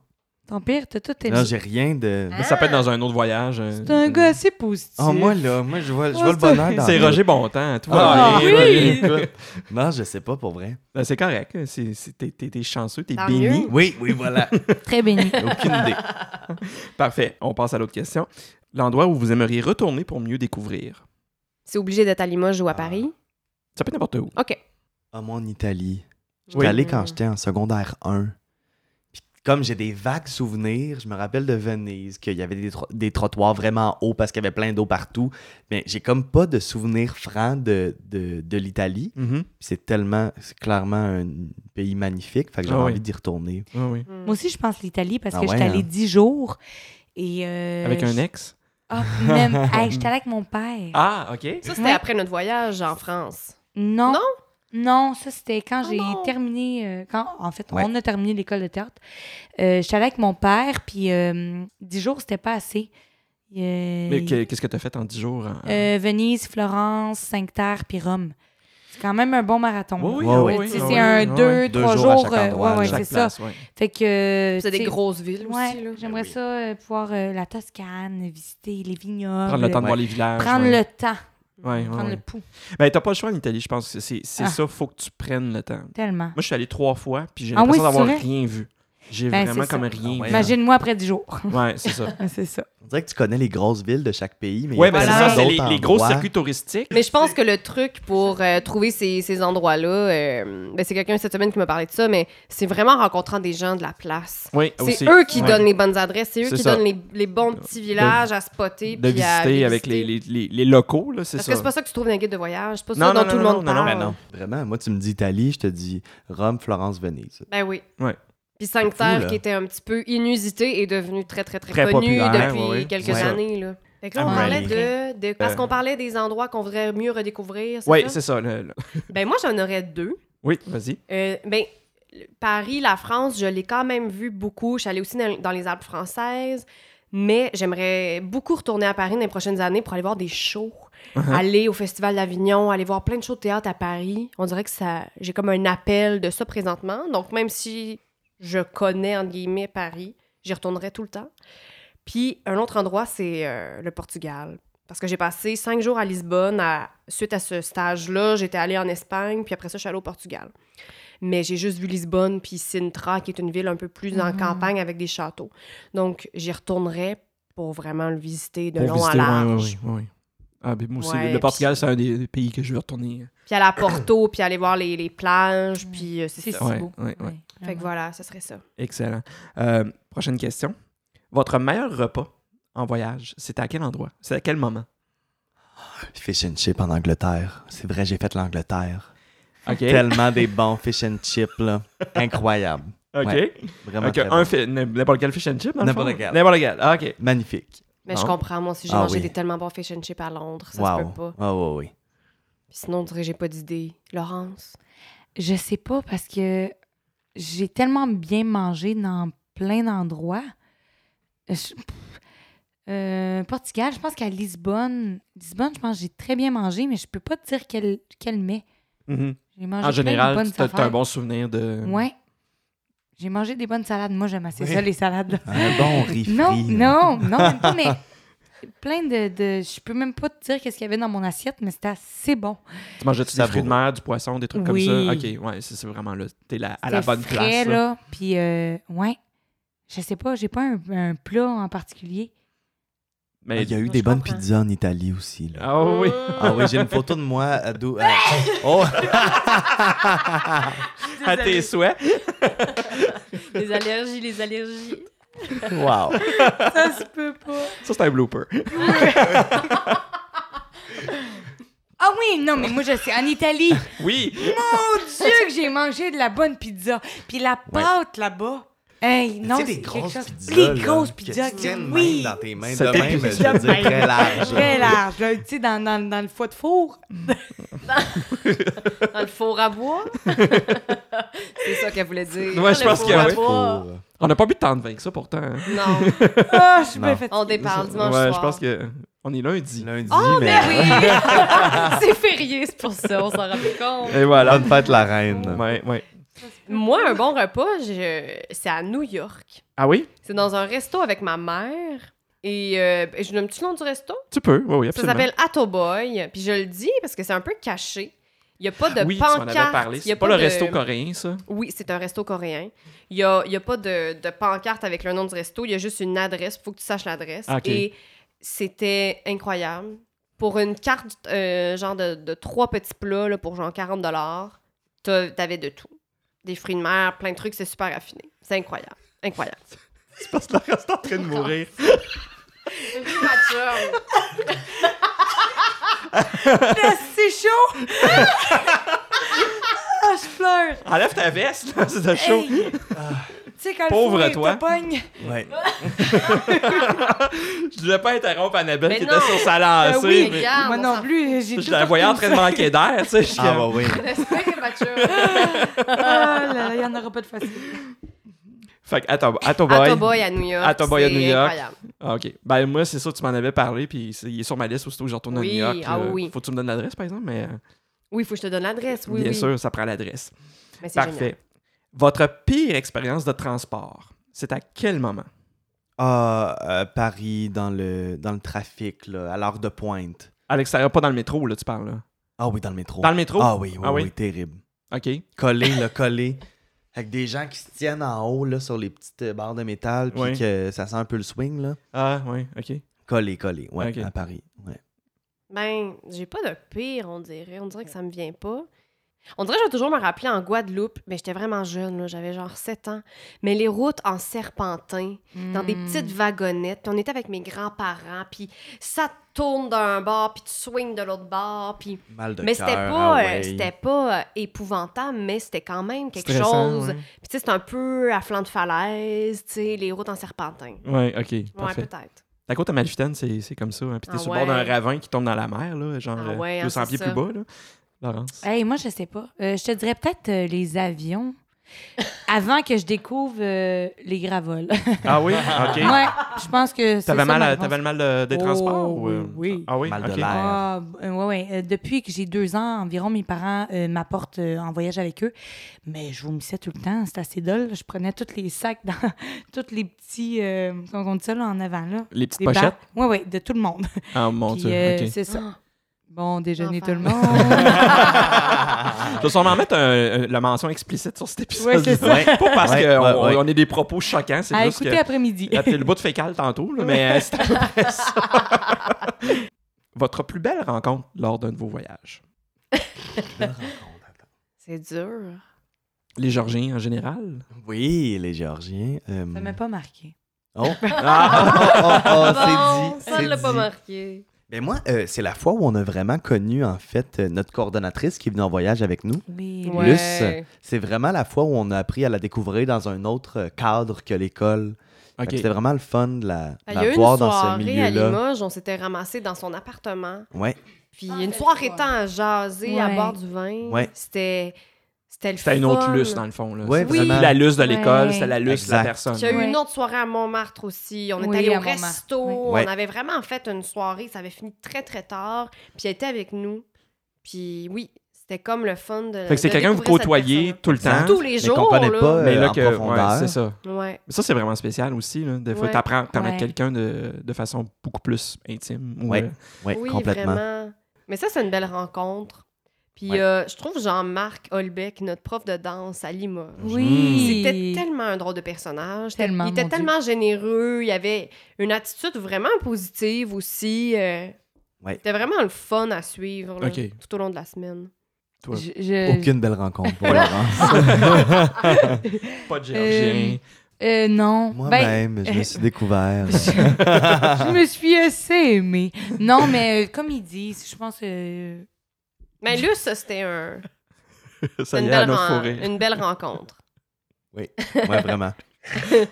Speaker 4: Tant pire, t'as tout aimé.
Speaker 3: Là, j'ai rien de.
Speaker 1: Mais ça peut être dans un autre voyage. euh,
Speaker 4: C'est un gars assez positif.
Speaker 3: Ah, moi, là, moi, je vois, je
Speaker 4: Ouais,
Speaker 3: vois le
Speaker 4: c'est-
Speaker 3: bonheur dans
Speaker 1: C'est
Speaker 3: tout.
Speaker 1: Roger Bontemps. tu vois.
Speaker 3: Ah,
Speaker 1: Ouais,
Speaker 3: oui,
Speaker 1: ouais, ouais.
Speaker 3: écoute. Non, je sais pas pour vrai.
Speaker 1: Ben, C'est correct. C'est- c'est- T'es t'es- t'es chanceux, t'es
Speaker 2: Tant
Speaker 1: béni.
Speaker 2: mieux.
Speaker 3: Oui, oui, voilà.
Speaker 4: Très béni.
Speaker 3: Aucune idée.
Speaker 1: Parfait. On passe à l'autre question. L'endroit où vous aimeriez retourner pour mieux découvrir.
Speaker 2: C'est obligé d'être à Limoges ou à Paris.
Speaker 1: Ça peut être n'importe où.
Speaker 2: OK.
Speaker 3: Ah, moi, en Italie. J'étais
Speaker 1: Oui.
Speaker 3: allé quand j'étais en secondaire 1. Puis comme j'ai des vagues souvenirs, je me rappelle de Venise, qu'il y avait des, tro- des trottoirs vraiment hauts parce qu'il y avait plein d'eau partout. Mais j'ai comme pas de souvenirs francs de, de, de l'Italie.
Speaker 1: Mhm.
Speaker 3: Puis C'est tellement, c'est clairement un pays magnifique. Fait que j'avais
Speaker 1: Ah oui.
Speaker 3: envie d'y retourner.
Speaker 1: Ah oui.
Speaker 2: Hmm.
Speaker 4: Moi aussi, je pense l'Italie parce
Speaker 3: Ah
Speaker 4: que
Speaker 3: ouais,
Speaker 4: j'étais allée
Speaker 3: hein?
Speaker 4: 10 jours. Et euh,
Speaker 1: Avec un
Speaker 4: je-
Speaker 1: ex.
Speaker 4: Ah, même. Hey, j'étais allée avec mon père.
Speaker 1: Ah, OK.
Speaker 2: Ça, c'était
Speaker 4: Ouais.
Speaker 2: après notre voyage en France.
Speaker 4: Non.
Speaker 2: Non?
Speaker 4: Non, ça c'était quand
Speaker 2: Ah
Speaker 4: j'ai
Speaker 2: non.
Speaker 4: terminé, euh, quand en fait
Speaker 3: Ouais.
Speaker 4: on a terminé l'école de théâtre. Euh, J'étais allée avec mon père, puis euh, 10 jours c'était pas assez. Euh,
Speaker 1: Mais que- qu'est-ce que t'as fait en 10 jours? hein? en-
Speaker 4: euh, Venise, Florence, Cinque-Terre, puis Rome. C'est quand même un bon marathon. là.
Speaker 1: Oui, oui,
Speaker 3: Ouais,
Speaker 1: oui,
Speaker 3: ouais.
Speaker 1: oui,
Speaker 4: Tu sais,
Speaker 1: oui,
Speaker 4: c'est un
Speaker 1: oui, oui.
Speaker 4: 2
Speaker 3: Deux
Speaker 4: 3
Speaker 3: jours à
Speaker 4: jours,
Speaker 3: chaque
Speaker 4: euh,
Speaker 3: endroit,
Speaker 4: ouais, ouais,
Speaker 1: Chaque
Speaker 4: c'est ça.
Speaker 1: place, ouais.
Speaker 4: Fait que euh,
Speaker 2: C'est des
Speaker 4: tu sais,
Speaker 2: grosses villes
Speaker 4: ouais,
Speaker 2: aussi. Là.
Speaker 4: j'aimerais
Speaker 3: Ben oui.
Speaker 4: ça euh, pouvoir euh, la Toscane, visiter les vignobles, euh,
Speaker 1: Prendre le temps de
Speaker 3: Ouais.
Speaker 1: voir les villages.
Speaker 4: prendre
Speaker 1: ouais.
Speaker 4: le temps,
Speaker 1: Ouais, ouais,
Speaker 4: prendre
Speaker 1: ouais.
Speaker 4: le pouls,
Speaker 1: Ben, t'as pas le choix en Italie, je pense. que C'est c'est
Speaker 4: Ah.
Speaker 1: ça, faut que tu prennes le temps.
Speaker 4: tellement.
Speaker 1: Moi, je suis allé trois fois, puis j'ai
Speaker 4: Ah
Speaker 1: l'impression
Speaker 4: oui, c'est
Speaker 1: d'avoir
Speaker 4: vrai?
Speaker 1: rien vu. J'ai
Speaker 4: Ben,
Speaker 1: vraiment
Speaker 4: c'est ça.
Speaker 1: comme rien
Speaker 3: Ah ouais.
Speaker 1: vu.
Speaker 4: Imagine-moi après 10 jours.
Speaker 1: Ouais, c'est ça.
Speaker 4: c'est ça.
Speaker 3: On dirait que tu connais les grosses villes de chaque pays, mais il y a
Speaker 1: Ouais, ben,
Speaker 3: tellement
Speaker 1: c'est ça, c'est
Speaker 3: d'autres
Speaker 1: les, les gros
Speaker 3: endroits.
Speaker 1: circuits touristiques.
Speaker 2: Mais je pense que le truc pour euh, trouver ces, ces endroits-là, euh, ben, c'est quelqu'un cette semaine qui m'a parlé de ça, mais c'est vraiment en rencontrant des gens de la place.
Speaker 1: Oui,
Speaker 2: C'est
Speaker 1: aussi.
Speaker 2: eux qui
Speaker 1: Ah, Ouais.
Speaker 2: donnent les bonnes adresses, c'est eux
Speaker 1: C'est
Speaker 2: qui
Speaker 1: ça.
Speaker 2: donnent les, les bons petits villages à spotter.
Speaker 1: de
Speaker 2: puis à
Speaker 1: visiter avec les,
Speaker 2: visiter.
Speaker 1: les, les, les locaux, là, c'est
Speaker 2: Parce
Speaker 1: ça.
Speaker 2: que c'est pas ça que tu trouves dans les guides de voyage, c'est pas
Speaker 1: Non, non,
Speaker 2: ça dont
Speaker 1: non,
Speaker 2: tout le
Speaker 1: non,
Speaker 2: monde
Speaker 1: non,
Speaker 2: parle.
Speaker 1: non, mais non.
Speaker 3: Vraiment, moi, tu me dis Italie, je te dis Rome, Florence, Venise.
Speaker 2: Ben oui.
Speaker 1: Ouais. hein.
Speaker 2: Puis
Speaker 3: C'est fou,
Speaker 2: Sainte-Terre,
Speaker 3: là.
Speaker 2: qui était un petit peu inusité, est devenu très, très, très,
Speaker 1: Très
Speaker 2: connu
Speaker 1: populaire,
Speaker 2: depuis
Speaker 1: ouais, ouais.
Speaker 2: quelques
Speaker 1: Ouais.
Speaker 2: années. Là. Fait que là, on
Speaker 4: Ouais.
Speaker 2: parlait de, de- Parce
Speaker 1: Euh.
Speaker 2: qu'on parlait des endroits qu'on voudrait mieux redécouvrir. c'est
Speaker 1: Oui,
Speaker 2: ça?
Speaker 1: c'est ça. le- le-
Speaker 2: Ben moi, j'en aurais deux.
Speaker 1: Oui, vas-y.
Speaker 2: Euh, ben, le- Paris, la France, je l'ai quand même vu beaucoup. Je suis allée aussi dans, dans les Alpes françaises. Mais j'aimerais beaucoup retourner à Paris dans les prochaines années pour aller voir des shows. Aller au Festival d'Avignon, aller voir plein de shows de théâtre à Paris. On dirait que ça, j'ai comme un appel de ça présentement. Donc, même si je connais, entre guillemets, Paris, j'y retournerai tout le temps. Puis, un autre endroit, c'est euh, le Portugal. Parce que j'ai passé cinq jours à Lisbonne à- suite à ce stage-là. J'étais allée en Espagne, puis après ça, je suis allée au Portugal mais j'ai juste vu Lisbonne puis Sintra, qui est une ville un peu plus en
Speaker 4: Mhm.
Speaker 2: campagne avec des châteaux. Donc, j'y retournerai pour vraiment le visiter de
Speaker 1: Pour
Speaker 2: long
Speaker 1: visiter,
Speaker 2: à
Speaker 1: ouais, ouais,
Speaker 2: large.
Speaker 1: ouais, ouais. Ah, ben, moi aussi,
Speaker 2: Ouais,
Speaker 1: le Portugal, c'est un des des pays que je veux retourner.
Speaker 2: Puis aller à Porto, puis aller voir les, les plages,
Speaker 4: Ouais.
Speaker 2: puis euh, c'est
Speaker 4: C'est
Speaker 2: ça.
Speaker 4: si
Speaker 1: Ouais,
Speaker 4: beau.
Speaker 1: ouais, ouais.
Speaker 2: Fait que voilà, ce serait ça.
Speaker 1: Excellent. Euh, prochaine question. Votre meilleur repas en voyage, c'était à quel endroit? C'est à quel moment?
Speaker 3: Fish and chip en Angleterre. C'est vrai, j'ai fait l'Angleterre.
Speaker 1: OK.
Speaker 3: Tellement des bons fish and chips, là. Incroyable.
Speaker 1: OK.
Speaker 3: ouais, Vraiment
Speaker 1: OK,
Speaker 3: très
Speaker 1: un
Speaker 3: bon.
Speaker 1: fi- n'importe quel fish and chip, dans le
Speaker 3: N'importe
Speaker 1: fond?
Speaker 3: quel.
Speaker 1: N'importe quel. Ah, OK.
Speaker 3: Magnifique.
Speaker 2: Mais je
Speaker 1: Bon.
Speaker 2: comprends, moi, si j'ai
Speaker 3: Ah
Speaker 2: mangé
Speaker 3: oui.
Speaker 2: des tellement bons fish and chips à Londres, ça se
Speaker 3: wow.
Speaker 2: peut pas.
Speaker 3: Ah ouais, ouais.
Speaker 2: Puis sinon, on dirait que j'ai pas d'idée. Laurence?
Speaker 4: Je sais pas parce que j'ai tellement bien mangé dans plein d'endroits. Je- pff, euh, Portugal, je pense qu'à Lisbonne, Lisbonne, je pense que j'ai très bien mangé, mais je peux pas te dire quel, quel mets.
Speaker 1: Mhm.
Speaker 4: Ah, J'ai mangé
Speaker 1: En
Speaker 4: plein de
Speaker 1: général,
Speaker 4: bonnes
Speaker 1: t'as t'as un
Speaker 4: affaires.
Speaker 1: bon souvenir de...
Speaker 4: Ouais. J'ai mangé des bonnes salades. Moi, j'aime assez
Speaker 3: Oui.
Speaker 4: ça, les salades.
Speaker 3: Un bon riz
Speaker 4: Non,
Speaker 3: frit.
Speaker 4: non, non, même pas, mais plein de, de. Je peux même pas te dire qu'est-ce qu'il y avait dans mon assiette, mais c'était assez bon.
Speaker 1: Tu mangeais-tu des
Speaker 3: Savoureux.
Speaker 1: fruits de mer, du poisson, des trucs
Speaker 4: Oui.
Speaker 1: comme ça? OK, ouais, c'est c'est vraiment là. T'es la- à la
Speaker 4: C'était
Speaker 1: bonne
Speaker 4: frais,
Speaker 1: place. là.
Speaker 4: là. Puis, euh, ouais. Je sais pas, j'ai pas un, un plat en particulier.
Speaker 3: Ah,
Speaker 1: Mais...
Speaker 3: Il y a eu
Speaker 2: Je
Speaker 3: des bonnes
Speaker 2: comprends.
Speaker 3: pizzas en Italie aussi, là.
Speaker 1: Ah oui.
Speaker 3: Ah oui, j'ai une photo de moi à dos. à- Oh!
Speaker 1: À tes souhaits.
Speaker 2: les allergies, les allergies.
Speaker 3: Wow!
Speaker 4: Ça se peut pas.
Speaker 1: Ça, c'est un blooper.
Speaker 4: Ah oui, non, mais moi, je sais, en Italie,
Speaker 1: Oui.
Speaker 4: mon Dieu, que j'ai mangé de la bonne pizza. Puis la pâte là-bas. Hey, non,
Speaker 3: Tu sais, des
Speaker 4: c'est quelque
Speaker 3: grosses
Speaker 4: chose-
Speaker 3: pizzas.
Speaker 4: Les
Speaker 3: là,
Speaker 4: grosses
Speaker 3: que
Speaker 4: pizzas,
Speaker 3: tu tiens de
Speaker 4: oui.
Speaker 3: même dans tes mains
Speaker 1: C'était
Speaker 3: de même,
Speaker 1: plus-
Speaker 3: je veux dire, très large.
Speaker 4: Très large, là, tu sais, dans, dans, dans le foie de four.
Speaker 2: Dans le four à bois? c'est ça qu'elle voulait dire.
Speaker 1: Ouais, je
Speaker 2: Le
Speaker 1: pense
Speaker 2: four
Speaker 1: que
Speaker 2: à
Speaker 1: oui.
Speaker 2: bois.
Speaker 3: Pour- euh,
Speaker 1: On n'a pas bu tant de vin que ça, pourtant. hein.
Speaker 2: Non,
Speaker 4: Ah, je suis
Speaker 3: Non.
Speaker 4: bien fatiguée.
Speaker 2: on départ dimanche
Speaker 1: ouais,
Speaker 2: soir.
Speaker 1: je pense que on est lundi.
Speaker 3: Lundi,
Speaker 2: Oh,
Speaker 3: mais...
Speaker 2: mais
Speaker 4: ben
Speaker 2: oui! c'est férié, c'est pour ça, on s'en rend compte.
Speaker 1: Et
Speaker 3: Voilà,
Speaker 1: voilà.
Speaker 3: de fête la reine.
Speaker 1: Ouais, ouais.
Speaker 2: Moi, un bon repas, je- c'est à New York.
Speaker 1: Ah oui?
Speaker 2: C'est dans un resto avec ma mère. Et euh, je nomme-tu le nom du resto?
Speaker 1: Tu peux, oui, oui,
Speaker 2: Ça
Speaker 1: absolument.
Speaker 2: s'appelle Atoboy. Puis je le dis parce que c'est un peu caché. Il n'y a pas de
Speaker 1: Ah oui, tu
Speaker 2: pancarte.
Speaker 1: m'en avais parlé.
Speaker 2: il y a
Speaker 1: C'est pas, le
Speaker 2: de-
Speaker 1: resto coréen, ça.
Speaker 2: Oui, c'est un resto coréen. Il n'y a, il y a pas de, de pancarte avec le nom du resto. Il y a juste une adresse. Il faut que tu saches l'adresse.
Speaker 1: Ah, ok.
Speaker 2: Et c'était incroyable. Pour une carte, euh, genre de, de trois petits plats, là, pour genre 40 t'as- t'avais de tout. Des fruits de mer, plein de trucs. C'est super raffiné. C'est incroyable. Incroyable.
Speaker 1: C'est parce que le resto est en train de mourir.
Speaker 4: c'est chaud! ah, je pleure!
Speaker 1: Enlève ta veste, là, c'est de chaud.
Speaker 4: Hey! Tu sais, quand
Speaker 1: Pauvre
Speaker 4: le
Speaker 1: toi.
Speaker 4: fourré te pogne,
Speaker 3: Ouais.
Speaker 1: Je voulais pas interrompre Annabelle
Speaker 2: Mais
Speaker 1: qui
Speaker 2: non. Ah
Speaker 1: était sur sa lancée.
Speaker 4: Ben oui,
Speaker 1: mais
Speaker 2: Euh, regarde,
Speaker 4: moi
Speaker 2: on
Speaker 4: non
Speaker 2: s'en-
Speaker 4: plus, j'ai
Speaker 1: Je
Speaker 4: tout
Speaker 1: la voyais en train de manquer d'air, tu sais. je suis
Speaker 3: Ah,
Speaker 1: comme-
Speaker 3: bah oui.
Speaker 2: Respect, Mathieu.
Speaker 4: Oh là là, il n'y en aura pas de facile.
Speaker 1: Fait que, attends, attends, boy.
Speaker 2: Atoboy à New York.
Speaker 1: Atoboy à
Speaker 2: c'est
Speaker 1: New York.
Speaker 2: Incroyable.
Speaker 1: Ah, ok. Ben, moi, c'est ça, tu m'en avais parlé, puis c'est- il est sur ma liste aussitôt que je retourne
Speaker 2: Oui,
Speaker 1: à New York.
Speaker 2: ah
Speaker 1: là.
Speaker 2: oui.
Speaker 1: Faut que tu me donnes l'adresse, par exemple, mais euh,
Speaker 2: Oui, il faut que je te donne l'adresse. Oui,
Speaker 1: bien
Speaker 2: oui.
Speaker 1: sûr, ça prend l'adresse.
Speaker 2: Mais c'est
Speaker 1: Parfait.
Speaker 2: génial.
Speaker 1: Votre pire expérience de transport, c'est à quel moment?
Speaker 3: Ah, euh, Paris, dans le, dans le trafic, là, à l'heure de pointe.
Speaker 1: À l'extérieur, pas dans le métro, là, tu parles, là.
Speaker 3: Ah oui, dans le métro.
Speaker 1: Dans le métro?
Speaker 3: Ah oui, oui,
Speaker 1: Ah oui?
Speaker 3: oui, terrible.
Speaker 1: OK.
Speaker 3: Collé, le collé. Avec des gens qui se tiennent en haut, là, sur les petites euh, barres de métal, puis
Speaker 1: Ouais.
Speaker 3: que ça sent un peu le swing, là.
Speaker 1: Ah, oui, OK.
Speaker 3: Collé, collé, ouais,
Speaker 1: Ok.
Speaker 3: à Paris. Ouais.
Speaker 2: Ben, j'ai pas de pire, on dirait. On dirait que ça me vient pas. On dirait que je vais toujours me rappeler en Guadeloupe, mais j'étais vraiment jeune, là, j'avais genre 7 ans. Mais les routes en serpentin, dans des
Speaker 1: Hmm.
Speaker 2: petites
Speaker 3: Hmm.
Speaker 2: wagonnettes, puis on était avec mes grands-parents, puis ça tourne d'un bord, puis tu swings de l'autre bord, puis...
Speaker 3: Mal de
Speaker 2: Mais c'était
Speaker 3: cœur,
Speaker 2: pas,
Speaker 3: ah
Speaker 2: euh,
Speaker 3: ouais.
Speaker 2: c'était pas euh, épouvantable, mais c'était quand même quelque
Speaker 1: Stressant,
Speaker 2: chose.
Speaker 1: ouais.
Speaker 2: Puis tu sais, c'est un peu à flanc de falaise, tu sais, les routes en serpentin.
Speaker 1: Ouais, OK.
Speaker 2: Ouais,
Speaker 1: Parfait.
Speaker 2: peut-être.
Speaker 1: La côte amalfitaine, c'est c'est comme ça. Hein. Puis t'es
Speaker 2: Ah
Speaker 1: sur le bord
Speaker 2: ouais.
Speaker 1: d'un ravin qui tombe dans la mer, là, genre
Speaker 2: Ah
Speaker 1: euh,
Speaker 2: ouais, hein,
Speaker 1: 200
Speaker 2: c'est
Speaker 1: pieds
Speaker 2: ça.
Speaker 1: plus bas, là. Laurence.
Speaker 4: Hey, moi, je sais pas. Euh, je te dirais peut-être euh, les avions avant que je découvre euh, les gravoles.
Speaker 1: Ah oui? OK.
Speaker 4: ouais, je pense que c'est
Speaker 1: T'avais
Speaker 4: ça,
Speaker 1: mal,
Speaker 4: ma
Speaker 1: à-
Speaker 4: réponse.
Speaker 1: t'avais le mal de- des
Speaker 4: Oh,
Speaker 1: transports? ou,
Speaker 4: oui,
Speaker 1: euh,
Speaker 4: oui.
Speaker 1: Ah oui?
Speaker 3: Mal
Speaker 1: ok.
Speaker 3: de l'air.
Speaker 4: Ah, b- euh, ouais, ouais. Euh, depuis que j'ai deux ans environ, mes parents euh, m'apportent euh, en voyage avec eux. Mais je vomissais tout le temps. C'était assez dole. Je prenais tous les sacs dans tous les petits. Euh, comment on dit ça, là, en avant, là?
Speaker 1: Les petites
Speaker 4: Des
Speaker 1: pochettes?
Speaker 4: Oui, oui, de tout le monde.
Speaker 1: Ah, mon
Speaker 4: Puis,
Speaker 1: Dieu.
Speaker 4: euh,
Speaker 1: OK.
Speaker 4: C'est
Speaker 2: Ah,
Speaker 4: ça. Bon déjeuner
Speaker 2: Enfin.
Speaker 4: tout le monde.
Speaker 1: Je vais sûrement mettre un- un- la mention explicite sur cet épisode.
Speaker 4: Ouais, c'est ça.
Speaker 1: Ouais, Pas parce
Speaker 3: Ouais,
Speaker 1: qu'on
Speaker 3: ouais, ouais.
Speaker 1: on a des propos choquants, c'est
Speaker 2: Ah,
Speaker 4: à
Speaker 1: juste
Speaker 4: écouter après-midi.
Speaker 1: que... Appelez Ah, le bout de fécal tantôt, là, mais euh, c'est à peu près ça. Votre plus belle rencontre lors d'un de vos voyages?
Speaker 3: Belle rencontre, attends.
Speaker 2: C'est dur.
Speaker 1: Les Georgiens en général?
Speaker 3: Oui, les Géorgiens. euh,
Speaker 4: Ça m'a pas marqué.
Speaker 3: Oh, Ah, oh, oh, oh,
Speaker 2: Bon,
Speaker 3: c'est dit.
Speaker 2: ça
Speaker 3: c'est
Speaker 2: ne l'a pas
Speaker 3: dit.
Speaker 2: marqué.
Speaker 3: Ben moi, euh, c'est la fois où on a vraiment connu, en fait, euh, notre coordonnatrice qui est venue en voyage avec nous.
Speaker 4: Oui.
Speaker 2: Ouais.
Speaker 3: Luce. C'est vraiment la fois où on a appris à la découvrir dans un autre euh, cadre que l'école. Fait que
Speaker 1: OK.
Speaker 3: C'était vraiment le fun de la,
Speaker 2: Ben,
Speaker 3: la
Speaker 2: Il y a eu une
Speaker 3: voir
Speaker 2: soirée
Speaker 3: dans ce
Speaker 2: à
Speaker 3: milieu-là.
Speaker 2: Limoges, on s'était ramassé dans son appartement.
Speaker 3: Ouais.
Speaker 2: Puis
Speaker 4: Ah,
Speaker 2: une
Speaker 4: quelle
Speaker 2: soirée
Speaker 4: soirée.
Speaker 2: étant à jaser, à
Speaker 4: Ouais.
Speaker 2: boire du vin,
Speaker 3: Ouais.
Speaker 2: c'était c'était le
Speaker 1: C'était une autre
Speaker 2: fun.
Speaker 1: luce, dans le fond. Là.
Speaker 3: Ouais,
Speaker 1: C'était
Speaker 2: Oui.
Speaker 1: plus
Speaker 3: vraiment.
Speaker 1: la luce de l'école,
Speaker 4: Ouais.
Speaker 1: c'était la luce de
Speaker 3: Exact.
Speaker 1: la personne.
Speaker 2: Puis Il y a eu
Speaker 4: Ouais.
Speaker 2: une autre soirée à Montmartre aussi. On
Speaker 4: Oui,
Speaker 2: est allé
Speaker 4: à
Speaker 2: au
Speaker 4: Montmartre,
Speaker 2: resto.
Speaker 4: oui.
Speaker 2: On
Speaker 3: Ouais.
Speaker 2: avait vraiment fait une soirée. Ça avait fini très, très tard. Puis elle était avec nous. Puis oui, c'était comme le fun de.
Speaker 1: Fait que c'est
Speaker 2: de
Speaker 1: quelqu'un que vous
Speaker 2: découvrir cette
Speaker 1: côtoyez
Speaker 2: personne-là.
Speaker 1: tout le temps.
Speaker 2: Tous les
Speaker 3: hein? Mais
Speaker 2: jours.
Speaker 3: qu'on connaît
Speaker 2: là.
Speaker 3: pas.
Speaker 1: mais
Speaker 3: Euh,
Speaker 1: là
Speaker 3: en
Speaker 1: que
Speaker 3: profondeur.
Speaker 1: ouais, c'est ça.
Speaker 2: Ouais.
Speaker 1: Mais Ça, c'est vraiment spécial aussi. Là. Des fois,
Speaker 2: Ouais.
Speaker 1: t'apprends à connaître
Speaker 4: Ouais.
Speaker 1: quelqu'un de, de façon beaucoup plus intime. ou,
Speaker 3: Ouais.
Speaker 1: euh,
Speaker 3: Ouais,
Speaker 2: oui,
Speaker 3: complètement.
Speaker 2: vraiment. Mais ça, c'est une belle rencontre. Puis
Speaker 3: Ouais.
Speaker 2: euh, je trouve Jean-Marc Holbeck, notre prof de danse à Limoges. Mmh.
Speaker 4: Oui.
Speaker 2: C'était tellement un drôle de personnage.
Speaker 4: Tellement,
Speaker 2: il était
Speaker 4: mon Dieu.
Speaker 2: tellement généreux. Il avait une attitude vraiment positive aussi. euh,
Speaker 3: Ouais.
Speaker 2: C'était vraiment le fun à suivre là,
Speaker 1: Ok.
Speaker 2: tout au long de la semaine.
Speaker 1: Ouais.
Speaker 4: Je- je-
Speaker 3: Aucune belle rencontre pour Laurence.
Speaker 1: Pas de géorgien.
Speaker 4: Euh, non. Ben,
Speaker 3: Moi-même, je me suis découvert.
Speaker 4: je me suis assez aimée. Non, mais euh, comme ils disent, je pense. euh,
Speaker 2: Mais Luce, ça, c'était un-
Speaker 1: ça y
Speaker 2: Euh, une,
Speaker 1: est, à
Speaker 2: belle
Speaker 1: notre
Speaker 2: ren-
Speaker 1: forêt.
Speaker 2: une belle rencontre.
Speaker 3: Ouais, vraiment.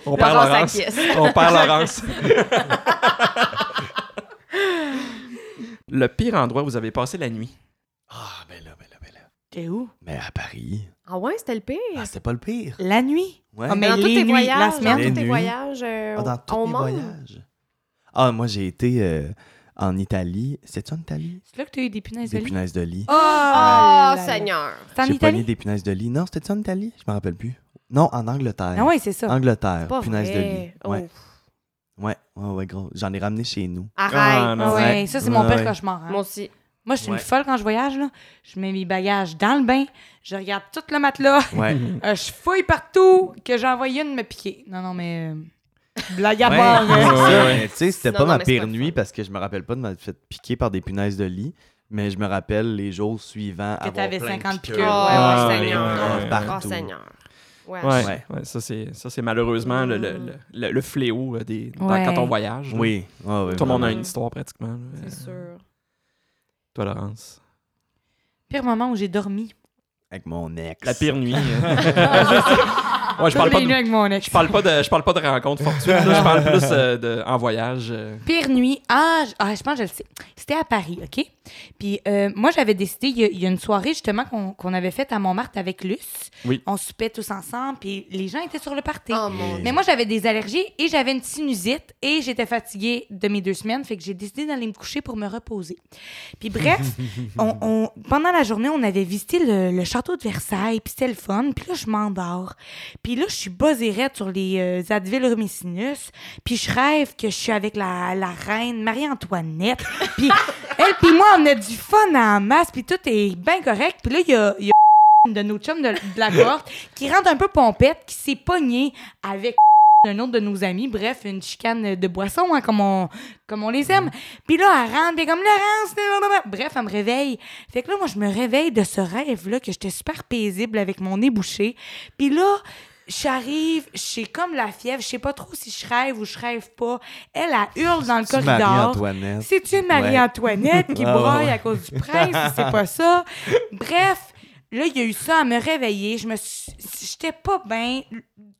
Speaker 1: On perd
Speaker 2: Laurence
Speaker 1: Laurence.
Speaker 2: acquiesce.
Speaker 1: On perd Laurence. Le pire endroit où vous avez passé la nuit.
Speaker 3: Ah, ben là, ben là, ben là.
Speaker 4: T'es où?
Speaker 3: Mais à Paris,
Speaker 2: Ah ouais, c'était le pire.
Speaker 3: ah, c'était pas le pire.
Speaker 4: La nuit.
Speaker 3: Ouais.
Speaker 4: Ah, mais
Speaker 2: dans tous
Speaker 4: les
Speaker 2: tes
Speaker 4: nuits,
Speaker 2: voyages,
Speaker 4: la
Speaker 2: dans
Speaker 4: semaine.
Speaker 2: tous
Speaker 3: Les Ah,
Speaker 2: tes
Speaker 3: nuits.
Speaker 2: voyages, euh,
Speaker 3: Ah, dans tous
Speaker 2: on
Speaker 3: mes
Speaker 2: monte.
Speaker 3: voyages. Ah, moi, j'ai été euh, en Italie. C'était en Italie?
Speaker 4: C'est là que tu as eu des punaises de
Speaker 3: Des
Speaker 4: lit?
Speaker 3: punaises de lit.
Speaker 4: Oh,
Speaker 2: Oh,
Speaker 4: là là.
Speaker 2: Seigneur!
Speaker 4: C'est en
Speaker 3: J'ai pogné
Speaker 4: Italie?
Speaker 3: des punaises de lit. Non, c'était en Italie? Je me rappelle plus. Non, en Angleterre.
Speaker 4: Ah oui, c'est ça.
Speaker 3: Angleterre,
Speaker 2: C'est Pas
Speaker 3: punaises
Speaker 2: vrai.
Speaker 3: de lit. Ouais.
Speaker 2: Oh,
Speaker 3: ouais, ouais, ouais, gros. J'en ai ramené chez nous.
Speaker 1: Ah,
Speaker 2: Arrête!
Speaker 1: non.
Speaker 4: Ah ouais, ça, c'est mon
Speaker 3: Ouais,
Speaker 4: pire
Speaker 3: ouais.
Speaker 4: cauchemar. hein.
Speaker 2: Moi aussi.
Speaker 4: Moi, je suis
Speaker 1: Ouais.
Speaker 4: une folle quand je voyage. Là. Je mets mes bagages dans le bain, je regarde tout le matelas,
Speaker 3: Ouais.
Speaker 4: euh, je fouille partout que j'ai envoyé une me piquer. Non, non, mais. euh, Blague à
Speaker 3: Ouais,
Speaker 4: part.
Speaker 3: c'est
Speaker 4: hein.
Speaker 1: ouais.
Speaker 3: ça. Mais Tu sais, c'était
Speaker 2: Non,
Speaker 3: pas
Speaker 2: non,
Speaker 3: ma
Speaker 2: mais c'est
Speaker 3: pire
Speaker 2: pas le
Speaker 3: nuit
Speaker 2: fun.
Speaker 3: parce que je me rappelle pas de m'être fait piquer par des punaises de lit, mais je me rappelle les jours suivants.
Speaker 4: Que
Speaker 3: avoir
Speaker 4: t'avais
Speaker 3: plein de
Speaker 4: 50
Speaker 2: Oh,
Speaker 4: piqûres.
Speaker 3: Ouais,
Speaker 1: Ah,
Speaker 2: ouais,
Speaker 1: ouais,
Speaker 2: Seigneur!
Speaker 1: ouais, ouais.
Speaker 3: Partout.
Speaker 2: Oh, Seigneur! Ouais.
Speaker 1: Ouais,
Speaker 3: Ouais.
Speaker 1: ouais, ça c'est ça c'est malheureusement le, le, le- le- le fléau euh, des dans-
Speaker 4: Ah. Ouais.
Speaker 1: quand on voyage. là.
Speaker 3: Oh. Oui. Ouais, ouais,
Speaker 1: Tout le monde a
Speaker 2: vraiment.
Speaker 1: une histoire pratiquement. là.
Speaker 2: C'est sûr.
Speaker 1: Toi Laurence,
Speaker 4: Pire moment où j'ai dormi.
Speaker 3: Avec mon ex.
Speaker 1: la pire nuit. hein. ouais, je parle
Speaker 4: Toutes
Speaker 1: pas
Speaker 4: les
Speaker 1: de
Speaker 4: nuits avec mon ex.
Speaker 1: je parle pas de je parle pas de rencontres fortuites, là, je parle plus euh, de en voyage. euh.
Speaker 4: Pire nuit. Ah, je, ah, je pense que je le sais. C'était à Paris, OK? Puis euh, moi, j'avais décidé, il y, a- il y a une soirée justement qu'on qu'on avait faite à Montmartre avec Luce.
Speaker 1: Oui.
Speaker 4: On soupait tous ensemble, puis les gens étaient sur le party.
Speaker 2: Oh mon
Speaker 4: Mais moi, j'avais des allergies et j'avais une sinusite et j'étais fatiguée de mes deux semaines. Fait que j'ai décidé d'aller me coucher pour me reposer. Puis bref, on, on- pendant la journée, on avait visité le, le château de Versailles, puis c'était le fun. Puis là, je m'endors. Puis là, je suis buzzée raide sur les euh, Advil Rumicinus. Puis je rêve que je suis avec la, la reine Marie-Antoinette. Puis elle puis moi, on a du fun en masse, puis tout est bien correct. Puis là, il y a- il y a de nos chums de, de la cohorte qui rentre un peu pompette, qui s'est pogné avec un autre de nos amis. Bref, une chicane de boisson, hein, comme, on, comme on les aime. Puis là, elle rentre, puis elle est comme Laurence, blablabla. bref, elle me réveille. Fait que là, moi, je me réveille de ce rêve-là que j'étais super paisible avec mon nez bouché. Puis là, j'arrive, j'ai comme la fièvre, je sais pas trop si je rêve ou je rêve pas. Elle, elle hurle dans le
Speaker 3: C'est
Speaker 4: corridor.
Speaker 3: Marie-Antoinette.
Speaker 4: C'est une Marie-Antoinette qui
Speaker 3: Ouais,
Speaker 1: Ah,
Speaker 3: ouais,
Speaker 4: broille
Speaker 3: ouais.
Speaker 4: à cause du prince, si c'est pas ça. Bref, là, il y a eu ça à me réveiller. Je me suis- J'étais pas bien.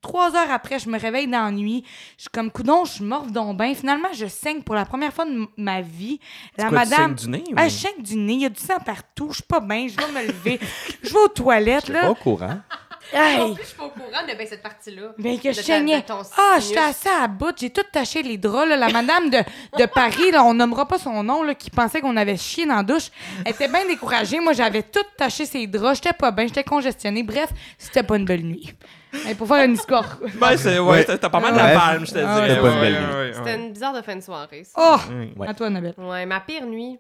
Speaker 4: Trois heures après, je me réveille dans la nuit. Je suis comme, coudon, je suis morte donc bien. Finalement, je saigne pour la première fois de m- ma vie. La
Speaker 1: C'est quoi, tu
Speaker 4: madame.
Speaker 1: saignes du nez. ou-
Speaker 4: Ah, je saigne du nez, il y a du sang partout, je suis pas bien, je vais me lever, je vais aux toilettes,
Speaker 3: J'étais pas
Speaker 4: là.
Speaker 3: au courant.
Speaker 2: En
Speaker 4: Aïe!
Speaker 2: plus, je suis pas au courant de ben, cette partie-là.
Speaker 4: Ben que
Speaker 2: De
Speaker 4: je
Speaker 2: ta-
Speaker 4: saignais.
Speaker 2: de ton
Speaker 4: Ah,
Speaker 2: sinus.
Speaker 4: j'étais assez à bout. J'ai tout taché les draps. là. La madame de, de Paris, là, on nommera pas son nom, là, qui pensait qu'on avait chié dans la douche, elle était bien découragée. Moi, j'avais tout taché ses draps. J'étais pas bien, j'étais congestionnée. Bref, c'était pas une belle nuit. Mais pour faire une score.
Speaker 1: Ben, c'est ouais,
Speaker 3: Ouais.
Speaker 1: t'as- t'as pas mal de la
Speaker 3: Ouais.
Speaker 1: palme, je te dis.
Speaker 4: Ah, ouais.
Speaker 3: C'est pas une belle nuit.
Speaker 2: C'était une bizarre de fin de soirée. ça.
Speaker 4: Oh!
Speaker 1: Ouais.
Speaker 4: À toi, Annabelle.
Speaker 2: Ouais, ma pire nuit.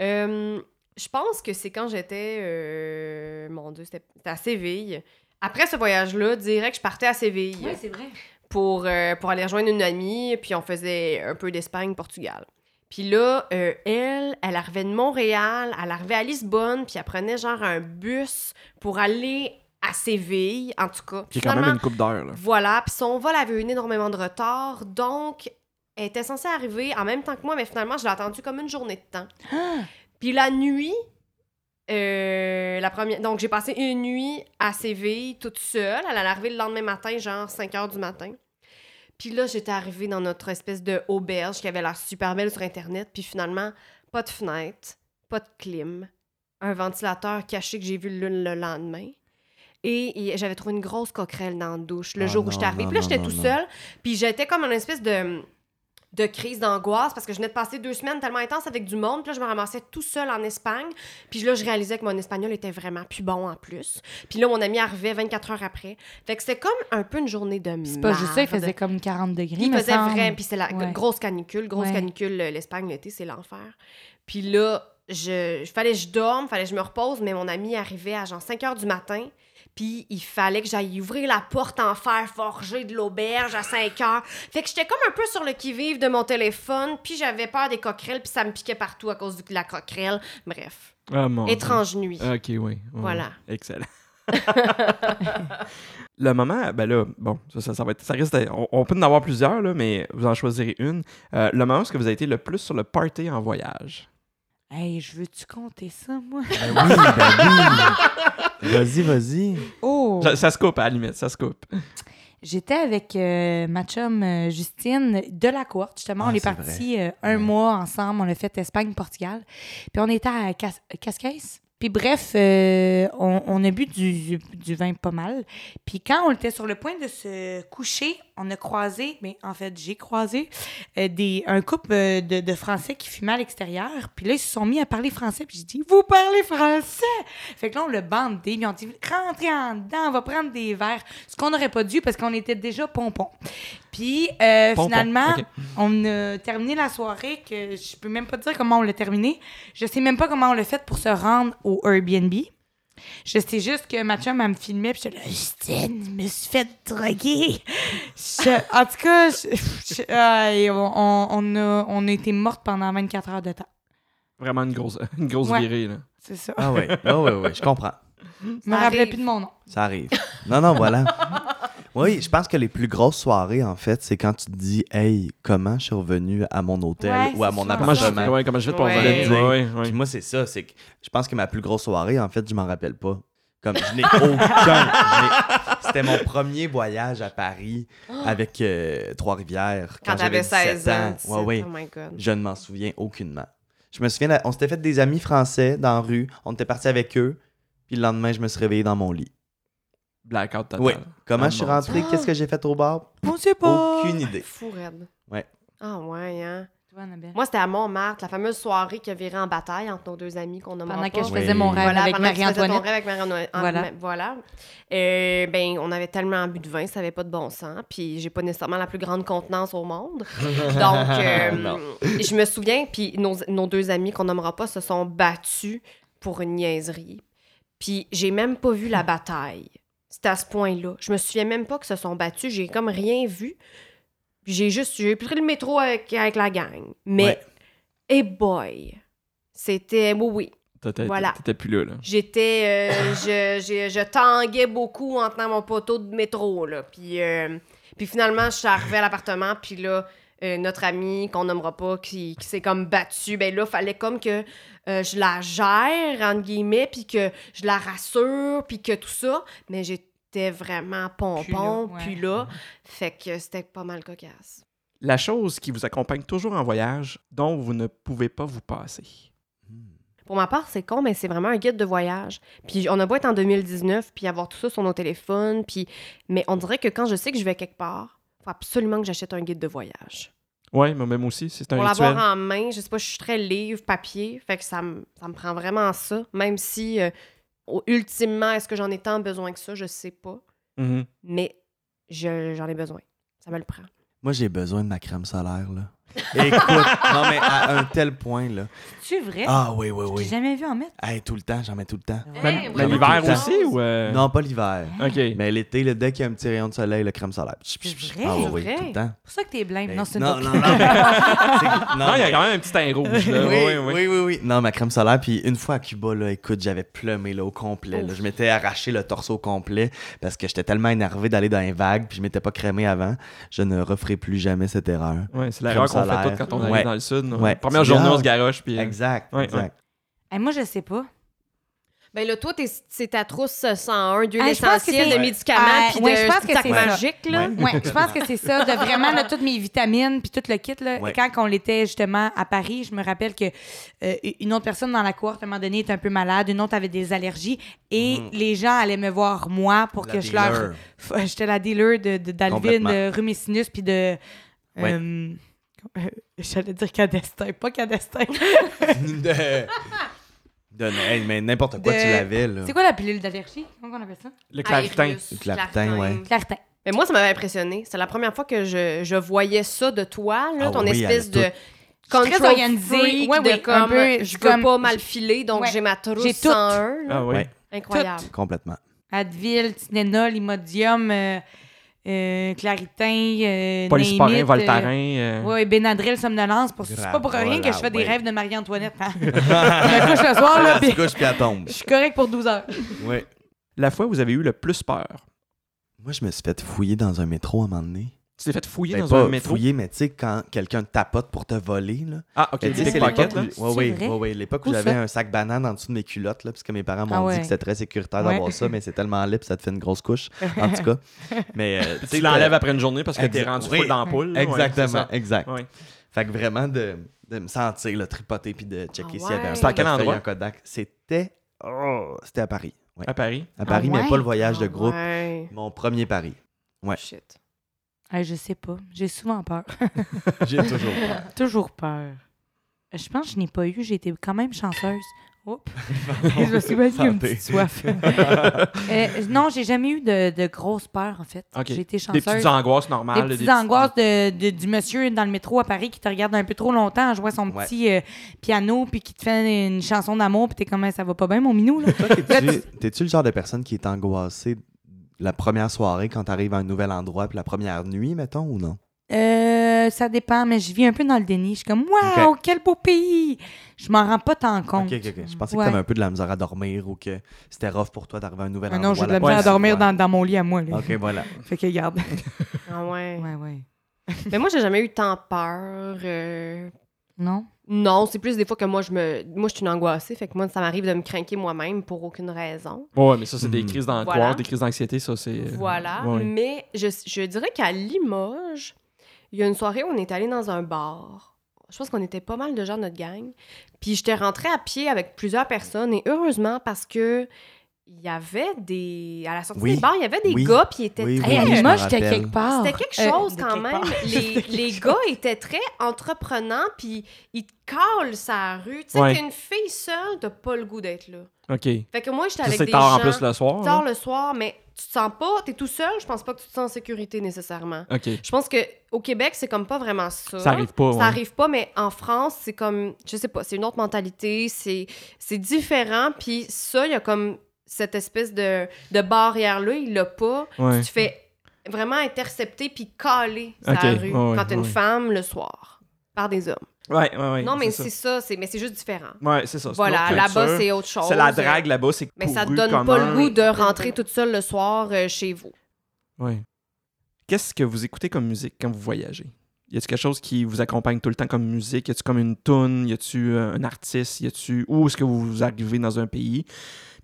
Speaker 2: Euh, je pense que c'est quand j'étais. euh, mon Dieu, c'était c'était à Séville. Après ce voyage-là, direct, je partais à Séville
Speaker 4: c'est vrai.
Speaker 2: pour, euh, pour aller rejoindre une amie, puis on faisait un peu d'Espagne, Portugal. Puis là, euh, elle, elle arrivait de Montréal, elle arrivait à Lisbonne, puis elle prenait genre un bus pour aller à Séville, en tout cas.
Speaker 1: Qui est quand même
Speaker 2: Finalement,
Speaker 1: une coupe d'heure là.
Speaker 2: voilà, puis son vol avait eu énormément de retard, donc elle était censée arriver en même temps que moi, mais finalement, je l'ai attendue comme une journée de temps. Puis la nuit, euh, la première, donc j'ai passé une nuit à Séville toute seule. Elle allait arriver le lendemain matin, genre 5 heures du matin. Puis là, j'étais arrivée dans notre espèce de auberge qui avait l'air super belle sur Internet. Puis finalement, pas de fenêtre, pas de clim, un ventilateur caché que j'ai vu le lune le lendemain. Et, et j'avais trouvé une grosse coquerelle dans la douche le
Speaker 3: Oh
Speaker 2: jour où
Speaker 3: non,
Speaker 2: j'étais arrivée.
Speaker 3: non,
Speaker 2: Puis là,
Speaker 3: non,
Speaker 2: j'étais
Speaker 3: non,
Speaker 2: tout
Speaker 3: non.
Speaker 2: seule. Puis j'étais comme en espèce de, de crise d'angoisse parce que je venais de passer deux semaines tellement intenses avec du monde. Puis là, je me ramassais tout seul en Espagne. Puis là, je réalisais que mon espagnol était vraiment plus bon en plus. Puis là, mon ami arrivait 24 heures après. Fait que c'était comme un peu une journée de
Speaker 4: C'est pas juste ça, il
Speaker 2: marde.
Speaker 4: faisait comme 40 degrés.
Speaker 2: Il
Speaker 4: me
Speaker 2: faisait
Speaker 4: semble.
Speaker 2: vrai, puis c'est la
Speaker 4: Ouais.
Speaker 2: grosse canicule, grosse
Speaker 4: Ouais.
Speaker 2: canicule, euh, l'Espagne l'été, c'est l'enfer. Puis là, je, je- fallait que je dorme, fallait que je me repose, mais mon ami arrivait à genre 5 heures du matin, puis il fallait que j'aille ouvrir la porte en fer forgé de l'auberge à 5 heures. Fait que j'étais comme un peu sur le qui-vive de mon téléphone, puis j'avais peur des coquerelles, puis ça me piquait partout à cause du- de la coquerelle. Bref,
Speaker 1: Ah, mon Dieu.
Speaker 2: étrange nuit.
Speaker 3: Euh,
Speaker 1: Ok, oui. Ouais,
Speaker 2: Voilà.
Speaker 1: ouais. Excellent. le moment, ben là, bon, ça, ça, ça va être, ça risque d'être- on, on peut en avoir plusieurs, là, mais vous en choisirez une. Euh, le moment où est-ce que vous avez été le plus sur le party en voyage.
Speaker 4: Hey, je veux-tu compter ça, moi?
Speaker 3: Ben oui, ben oui. Vas-y, vas-y.
Speaker 4: Oh!
Speaker 1: Ça, ça se coupe, à la limite, ça se coupe.
Speaker 2: Euh,
Speaker 4: J'étais avec euh, ma chum euh, Justine de la cohorte, justement.
Speaker 3: Ah,
Speaker 4: on est
Speaker 3: c'est
Speaker 4: partis euh, un mois ensemble. On a fait Espagne-Portugal. Puis on était à Cas- Cascais. Puis bref, euh, on, on a bu du, du vin pas mal. Puis quand on était sur le point de se coucher, on a croisé, mais en fait, j'ai croisé euh, des, un couple euh, de, de Français qui fumaient à l'extérieur. Puis là, ils se sont mis à parler français. Puis j'ai dit, vous parlez français? Fait que là, on le bandé. Ils ont dit, rentrez en dedans, on va prendre des verres. Ce qu'on n'aurait pas dû parce qu'on était déjà pompons. Puis euh,
Speaker 1: Pompons,
Speaker 4: finalement,
Speaker 1: hein. ok.
Speaker 4: on a terminé la soirée que je peux même pas dire comment on l'a terminé. Je sais même pas comment on l'a fait pour se rendre au Airbnb. Je sais juste que ma chum, elle me filmait, puis j'étais là, Justine, je me suis fait droguer. Je- en tout cas, je- je- aïe, on, on a, on a été morte pendant 24 heures de temps.
Speaker 1: Vraiment une grosse, une grosse
Speaker 4: Ouais.
Speaker 1: virée. Là.
Speaker 4: C'est ça.
Speaker 3: Ah ouais, ah ouais, ouais, je comprends.
Speaker 4: Je me
Speaker 2: Ça
Speaker 4: rappelais
Speaker 2: arrive.
Speaker 4: plus de mon nom.
Speaker 3: Ça arrive. Non, non, voilà. Oui, je pense que les plus grosses soirées, en fait, c'est quand tu te dis Hey, comment je suis revenu à mon hôtel
Speaker 4: Ouais,
Speaker 3: ou à
Speaker 4: c'est
Speaker 3: mon
Speaker 4: ça.
Speaker 1: Comment je,
Speaker 3: appartement
Speaker 1: ouais, comment je vais te
Speaker 2: Ouais.
Speaker 1: ouais. Ouais,
Speaker 3: Puis
Speaker 1: ouais.
Speaker 3: moi, c'est ça. C'est que je pense que ma plus grosse soirée, en fait, je m'en rappelle pas. Comme je n'ai aucun. je n'ai- C'était mon premier voyage à Paris avec euh, Trois-Rivières quand,
Speaker 2: Quand
Speaker 3: j'avais
Speaker 2: t'avais 16
Speaker 3: 17
Speaker 2: ans.
Speaker 3: ans. Ouais, ouais.
Speaker 2: Oh my God.
Speaker 3: Je ne m'en souviens aucunement. Je me souviens, on s'était fait des amis français dans la rue. On était partis avec eux. Puis le lendemain, je me suis réveillé dans mon lit.
Speaker 1: Blackout total.
Speaker 3: Oui. Comment
Speaker 1: Ah,
Speaker 3: je suis
Speaker 1: mon
Speaker 3: rentré? Qu'est-ce que j'ai fait au bar?
Speaker 4: On sait
Speaker 3: Aucune idée.
Speaker 2: Fou raide.
Speaker 3: Ouais.
Speaker 2: Ah ouais, hein.
Speaker 4: Toi, Annabelle.
Speaker 2: Moi, c'était à Montmartre, la fameuse soirée qui a viré en bataille entre nos deux amis qu'on a
Speaker 4: Pendant que je
Speaker 3: Oui.
Speaker 4: faisais mon rêve
Speaker 2: Voilà,
Speaker 4: avec
Speaker 2: pendant que tu faisais ton
Speaker 4: Marie-Antoinette.
Speaker 2: rêve avec Marie-Antoinette.
Speaker 4: Voilà.
Speaker 2: Voilà. voilà. Euh, ben, on avait tellement bu de vin, ça n'avait pas de bon sens. Puis j'ai pas nécessairement la plus grande contenance au monde. Donc, euh,
Speaker 3: Non.
Speaker 2: je me souviens, puis nos, nos deux amis qu'on nommera pas se sont battus pour une niaiserie. Puis j'ai même pas vu la bataille. C'était à ce point-là. Je me souviens même pas que se sont battus. J'ai comme rien vu. Puis j'ai juste j'ai pris le métro avec, avec la gang. Mais,
Speaker 3: Ouais.
Speaker 2: hey boy, c'était... Oui, oui.
Speaker 1: T'étais
Speaker 2: Voilà.
Speaker 1: t'étais plus là. là.
Speaker 2: J'étais. euh, je, j'ai- je tanguais beaucoup en tenant mon poteau de métro, là. Puis, euh, puis finalement, je suis arrivée à l'appartement, puis là. euh, notre amie qu'on nommera pas, qui, qui s'est comme battue, ben là, fallait comme que euh, je la gère, entre guillemets, puis que je la rassure, puis que tout ça. Mais j'étais vraiment pompon,
Speaker 4: ouais.
Speaker 2: puis là. Fait que c'était pas mal cocasse.
Speaker 1: La chose qui vous accompagne toujours en voyage, dont vous ne pouvez pas vous passer.
Speaker 2: Pour ma part, c'est con, mais c'est vraiment un guide de voyage. Puis on a beau être en 2019, puis avoir tout ça sur nos téléphones, puis... Mais on dirait que quand je sais que je vais quelque part, faut absolument que j'achète un guide de voyage.
Speaker 1: Oui, mais même aussi, c'est un
Speaker 2: Pour
Speaker 1: rituel.
Speaker 2: l'avoir en main, je sais pas, je suis très livre, papier, fait que ça me, ça me prend vraiment ça, même si, euh, au- ultimement, est-ce que j'en ai tant besoin que ça, je sais pas,
Speaker 1: Mhm.
Speaker 2: mais je- j'en ai besoin. Ça me le prend.
Speaker 3: Moi, j'ai besoin de ma crème solaire, là. Écoute, non, mais à un tel point, là.
Speaker 4: C'est vrai?
Speaker 3: Ah oui, oui,
Speaker 4: J'ai
Speaker 3: oui.
Speaker 4: jamais vu en mettre.
Speaker 3: Hey, tout le temps, j'en mets tout le temps.
Speaker 1: Même,
Speaker 2: Eh, oui,
Speaker 1: même
Speaker 3: oui,
Speaker 1: l'hiver
Speaker 3: tout le
Speaker 1: aussi
Speaker 2: temps.
Speaker 1: ou. euh,
Speaker 3: Non, pas l'hiver.
Speaker 1: OK.
Speaker 3: Mais l'été, le dès qu'il y a un petit rayon de soleil, le crème solaire.
Speaker 4: C'est vrai?
Speaker 3: Ah oui,
Speaker 2: C'est
Speaker 3: oui, tout
Speaker 2: vrai?
Speaker 3: le temps.
Speaker 4: C'est pour ça que t'es blême.
Speaker 3: Mais-
Speaker 4: Non, c'est une
Speaker 3: Ben, non,
Speaker 4: autre-
Speaker 3: non, non, mais- c'est que-
Speaker 1: non, il y a
Speaker 3: mais-
Speaker 1: quand même un petit teint rouge. Là.
Speaker 3: oui,
Speaker 1: oui, oui.
Speaker 3: oui, oui, oui. Non, ma crème solaire. Puis une fois à Cuba, là, écoute, j'avais plumé là, au complet. là.
Speaker 2: Ouf.
Speaker 3: Je m'étais arraché le torse au complet parce que j'étais tellement énervé d'aller dans les vagues puis je m'étais pas crémé avant. Je ne referai plus jamais cette erreur.
Speaker 1: Ouais, c'est
Speaker 3: Crème
Speaker 1: l'erreur qu'on fait
Speaker 3: solaire.
Speaker 1: toutes quand on arrive
Speaker 3: Ouais.
Speaker 1: dans le sud. non?
Speaker 3: Ouais.
Speaker 1: Première
Speaker 3: Tu
Speaker 1: journée, on
Speaker 3: gardes.
Speaker 1: se garoche. Puis, euh,
Speaker 3: Exact,
Speaker 1: Ouais,
Speaker 3: exact.
Speaker 4: Eh, moi, je sais pas.
Speaker 2: Ben là, toi, t'es- c'est ta trousse euh, 101 d'huile
Speaker 4: Ah, je pense que
Speaker 2: essentielle, de
Speaker 4: c'est-
Speaker 2: médicaments,
Speaker 4: Ah,
Speaker 2: puis
Speaker 4: ouais,
Speaker 2: de
Speaker 4: je pense que
Speaker 2: sac
Speaker 4: c'est ça.
Speaker 2: magique, là.
Speaker 3: Ouais.
Speaker 4: Ouais, je pense que c'est ça, de vraiment là, toutes mes vitamines puis tout le kit. Là.
Speaker 3: Ouais.
Speaker 4: Quand on était justement à Paris, je me rappelle que euh, une autre personne dans la cohorte, à un moment donné, était un peu malade, une autre avait des allergies et les gens allaient me voir, moi, pour
Speaker 3: Mhm. La
Speaker 4: que je
Speaker 3: dealer.
Speaker 4: leur. F- euh, J'étais la dealer de, de- d'Alvin,
Speaker 3: Complètement.
Speaker 4: de Rumicinus puis de.
Speaker 3: Ouais.
Speaker 4: euh, euh, J'allais dire Cadestin, pas Cadestin.
Speaker 3: de... de- hey, mais n'importe quoi,
Speaker 4: De-
Speaker 3: tu l'avais, là.
Speaker 4: C'est quoi la pilule d'allergie? Comment on appelle ça?
Speaker 1: Le claritin.
Speaker 2: Aérus,
Speaker 3: Le claritin, ouais.
Speaker 4: Clartin.
Speaker 2: Mais moi, ça m'avait impressionné. C'est la première fois que je, je voyais ça de toi, là,
Speaker 3: Ah
Speaker 2: ton
Speaker 3: oui,
Speaker 2: espèce
Speaker 3: elle
Speaker 2: de
Speaker 3: a
Speaker 4: Je suis très
Speaker 2: control
Speaker 4: organisée.
Speaker 2: freak
Speaker 4: Ouais,
Speaker 2: de
Speaker 4: oui, un
Speaker 2: comme, euh,
Speaker 4: peu,
Speaker 2: je veux
Speaker 4: comme-
Speaker 2: pas mal filer, donc
Speaker 4: Ouais.
Speaker 2: j'ai ma trousse
Speaker 4: J'ai tout.
Speaker 2: 101. là.
Speaker 1: Ah oui.
Speaker 3: Ouais.
Speaker 2: Incroyable.
Speaker 3: Complètement.
Speaker 4: Advil, Tylenol, Imodium, euh, euh, Claritin, euh,
Speaker 1: Polysporin,
Speaker 4: name it, euh,
Speaker 1: Voltaren. euh,
Speaker 4: Oui, Benadryl, somnolence. Pour... C'est pas pour
Speaker 3: Grave,
Speaker 4: rien que je
Speaker 3: voilà,
Speaker 4: fais des
Speaker 3: ouais.
Speaker 4: rêves de Marie-Antoinette. hein. je me couche le soir, là,
Speaker 3: Tu
Speaker 4: puis
Speaker 3: couches puis elle tombe.
Speaker 4: je suis correct pour 12 heures.
Speaker 3: Ouais.
Speaker 1: La fois où vous avez eu le plus peur.
Speaker 3: Moi, je me suis fait fouiller dans un métro à un moment donné.
Speaker 1: Tu t'es fait fouiller
Speaker 3: Ben,
Speaker 1: dans
Speaker 3: pas
Speaker 1: un métro.
Speaker 3: fouiller, mais tu sais, quand quelqu'un te tapote pour te voler, là.
Speaker 1: Ah, OK.
Speaker 3: Mais
Speaker 1: Le
Speaker 3: tu sais, c'est
Speaker 1: pickpocket, là.
Speaker 3: l'époque où- ouais,
Speaker 4: C'est
Speaker 3: ouais,
Speaker 4: vrai?
Speaker 3: ouais, ouais, l'époque où
Speaker 4: Où
Speaker 3: j'avais
Speaker 4: ça?
Speaker 3: un sac banane en dessous de mes culottes, là, parce que mes parents m'ont
Speaker 4: Ah ouais.
Speaker 3: dit que c'était très sécuritaire
Speaker 4: Ouais.
Speaker 3: d'avoir ça, mais c'est tellement laid puis ça te fait une grosse couche, en tout cas. Mais euh,
Speaker 1: Puis
Speaker 3: sais,
Speaker 1: tu l'enlèves
Speaker 3: que-
Speaker 1: après une journée parce que t'es
Speaker 3: Exact.
Speaker 1: rendu
Speaker 3: Oui.
Speaker 1: full d'ampoule. là. Ouais, c'est
Speaker 3: Exactement,
Speaker 1: ça.
Speaker 3: exact.
Speaker 1: Ouais.
Speaker 3: Fait que vraiment de, de me sentir, le tripoter puis de checker
Speaker 2: Ah
Speaker 3: s'il y avait
Speaker 2: ouais.
Speaker 3: un
Speaker 2: C'était
Speaker 1: à quel
Speaker 3: portefeuille
Speaker 1: endroit?
Speaker 3: en Kodak. C'était oh, c'était à Paris. Ouais.
Speaker 1: À Paris.
Speaker 3: À Paris, mais
Speaker 4: Ah ouais?
Speaker 3: pas le voyage de groupe.
Speaker 2: Ouais.
Speaker 3: Mon premier Paris. Ouais.
Speaker 2: Shit.
Speaker 4: Ah, je sais pas. J'ai souvent peur.
Speaker 3: J'ai toujours peur.
Speaker 4: Toujours peur. Je pense que je n'ai pas eu. J'ai été quand même chanceuse. Oups. je me suis battue une
Speaker 3: Santé.
Speaker 4: petite soif. Euh, non, j'ai jamais eu de, de grosses peurs, en fait.
Speaker 1: Ok.
Speaker 4: J'ai été
Speaker 1: Des
Speaker 4: chanceuse.
Speaker 1: petites angoisses
Speaker 4: Des
Speaker 1: normales.
Speaker 4: petites angoisses de, de- du monsieur dans le métro à Paris qui te regarde un peu trop longtemps en jouant son
Speaker 3: Ouais.
Speaker 4: petit euh, piano puis qui te fait une chanson d'amour puis t'es comme ça va pas bien mon minou là.
Speaker 3: Toi, t'es-tu- t'es-tu le genre de personne qui est angoissée la première soirée quand t'arrives à un nouvel endroit, puis la première nuit, mettons, ou non?
Speaker 4: Euh, ça dépend mais je vis un peu dans le déni. Je suis comme waouh quel beau pays. Je m'en rends pas tant compte.
Speaker 3: Ok, ok, ok. Je pensais
Speaker 4: Ouais.
Speaker 3: que t'avais un peu de la misère à dormir ou que c'était rough pour toi d'arriver à un nouvel
Speaker 4: Ah
Speaker 3: endroit.
Speaker 4: non, j'ai de la
Speaker 1: Ouais,
Speaker 4: misère à
Speaker 1: c'est-
Speaker 4: dormir dans, dans mon lit à moi là.
Speaker 3: Ok, voilà.
Speaker 4: Fait que regarde.
Speaker 2: Ah ouais.
Speaker 4: ouais ouais.
Speaker 2: Mais moi, j'ai jamais eu tant peur. euh,
Speaker 4: Non.
Speaker 2: Non, c'est plus des fois que moi, je me. Moi, je suis une angoissée. Fait que moi, ça m'arrive de me craquer moi-même pour aucune raison.
Speaker 1: Ouais, mais ça, c'est des
Speaker 3: Mhm.
Speaker 1: crises d'angoisse,
Speaker 2: Voilà.
Speaker 1: des crises d'anxiété, ça, c'est. euh,
Speaker 2: Voilà.
Speaker 1: ouais.
Speaker 2: Mais je, je dirais qu'à Limoges, il y a une soirée où on est allé dans un bar. Je pense qu'on était pas mal de gens, de notre gang. Puis j'étais rentrée à pied avec plusieurs personnes. Et heureusement, parce que il y avait des. À la sortie
Speaker 3: Oui.
Speaker 2: des bars, il y avait des
Speaker 3: Oui.
Speaker 2: gars, puis ils étaient
Speaker 3: Oui,
Speaker 2: très.
Speaker 4: Hey,
Speaker 3: oui, je
Speaker 4: à
Speaker 3: me
Speaker 4: Limoges, j'étais
Speaker 3: rappelle.
Speaker 4: quelque part.
Speaker 2: C'était quelque
Speaker 4: Euh,
Speaker 2: chose
Speaker 4: de
Speaker 2: quand
Speaker 4: quelque
Speaker 2: même.
Speaker 4: part.
Speaker 2: Les, les gars étaient très entreprenants, puis ils te collent sa rue. Tu sais,
Speaker 1: Ouais.
Speaker 2: t'es une fille seule, t'as pas le goût d'être là.
Speaker 1: OK.
Speaker 2: Fait que moi, j'étais
Speaker 1: Ça,
Speaker 2: avec
Speaker 1: c'est
Speaker 2: des
Speaker 1: tard
Speaker 2: gens
Speaker 1: en plus le soir.
Speaker 2: tard
Speaker 1: là.
Speaker 2: le soir, mais tu te sens pas, t'es tout seul, je pense pas que tu te sens en sécurité nécessairement.
Speaker 1: OK.
Speaker 2: Je pense que au Québec, c'est comme pas vraiment ça.
Speaker 1: Ça arrive pas.
Speaker 2: Ça
Speaker 1: ouais.
Speaker 2: arrive pas, mais en France, c'est comme, je sais pas, c'est une autre mentalité, c'est c'est différent, puis ça, il y a comme cette espèce de, de barrière-là, il l'a pas.
Speaker 1: Ouais.
Speaker 2: Tu te fais vraiment intercepter puis caler sur
Speaker 1: Ok,
Speaker 2: la rue
Speaker 1: ouais, ouais,
Speaker 2: quand t'es une
Speaker 1: ouais.
Speaker 2: femme le soir par des hommes.
Speaker 1: Ouais, ouais, ouais.
Speaker 2: non, mais
Speaker 1: ça.
Speaker 2: c'est ça, c'est mais c'est juste différent.
Speaker 1: Ouais, c'est ça. c'est
Speaker 2: Voilà,
Speaker 1: une autre
Speaker 2: là-bas,
Speaker 1: culture.
Speaker 2: c'est autre chose.
Speaker 1: C'est la drague là-bas, c'est
Speaker 2: Mais ça te
Speaker 1: couru
Speaker 2: donne pas
Speaker 1: commun.
Speaker 2: le goût de rentrer toute seule le soir euh, chez vous.
Speaker 1: Ouais. Qu'est-ce que vous écoutez comme musique quand vous voyagez? Y a-t-il quelque chose qui vous accompagne tout le temps comme musique? Y a-t-il comme une tune? Y a-t-il un artiste? Y a-t-il où est-ce que vous arrivez dans un pays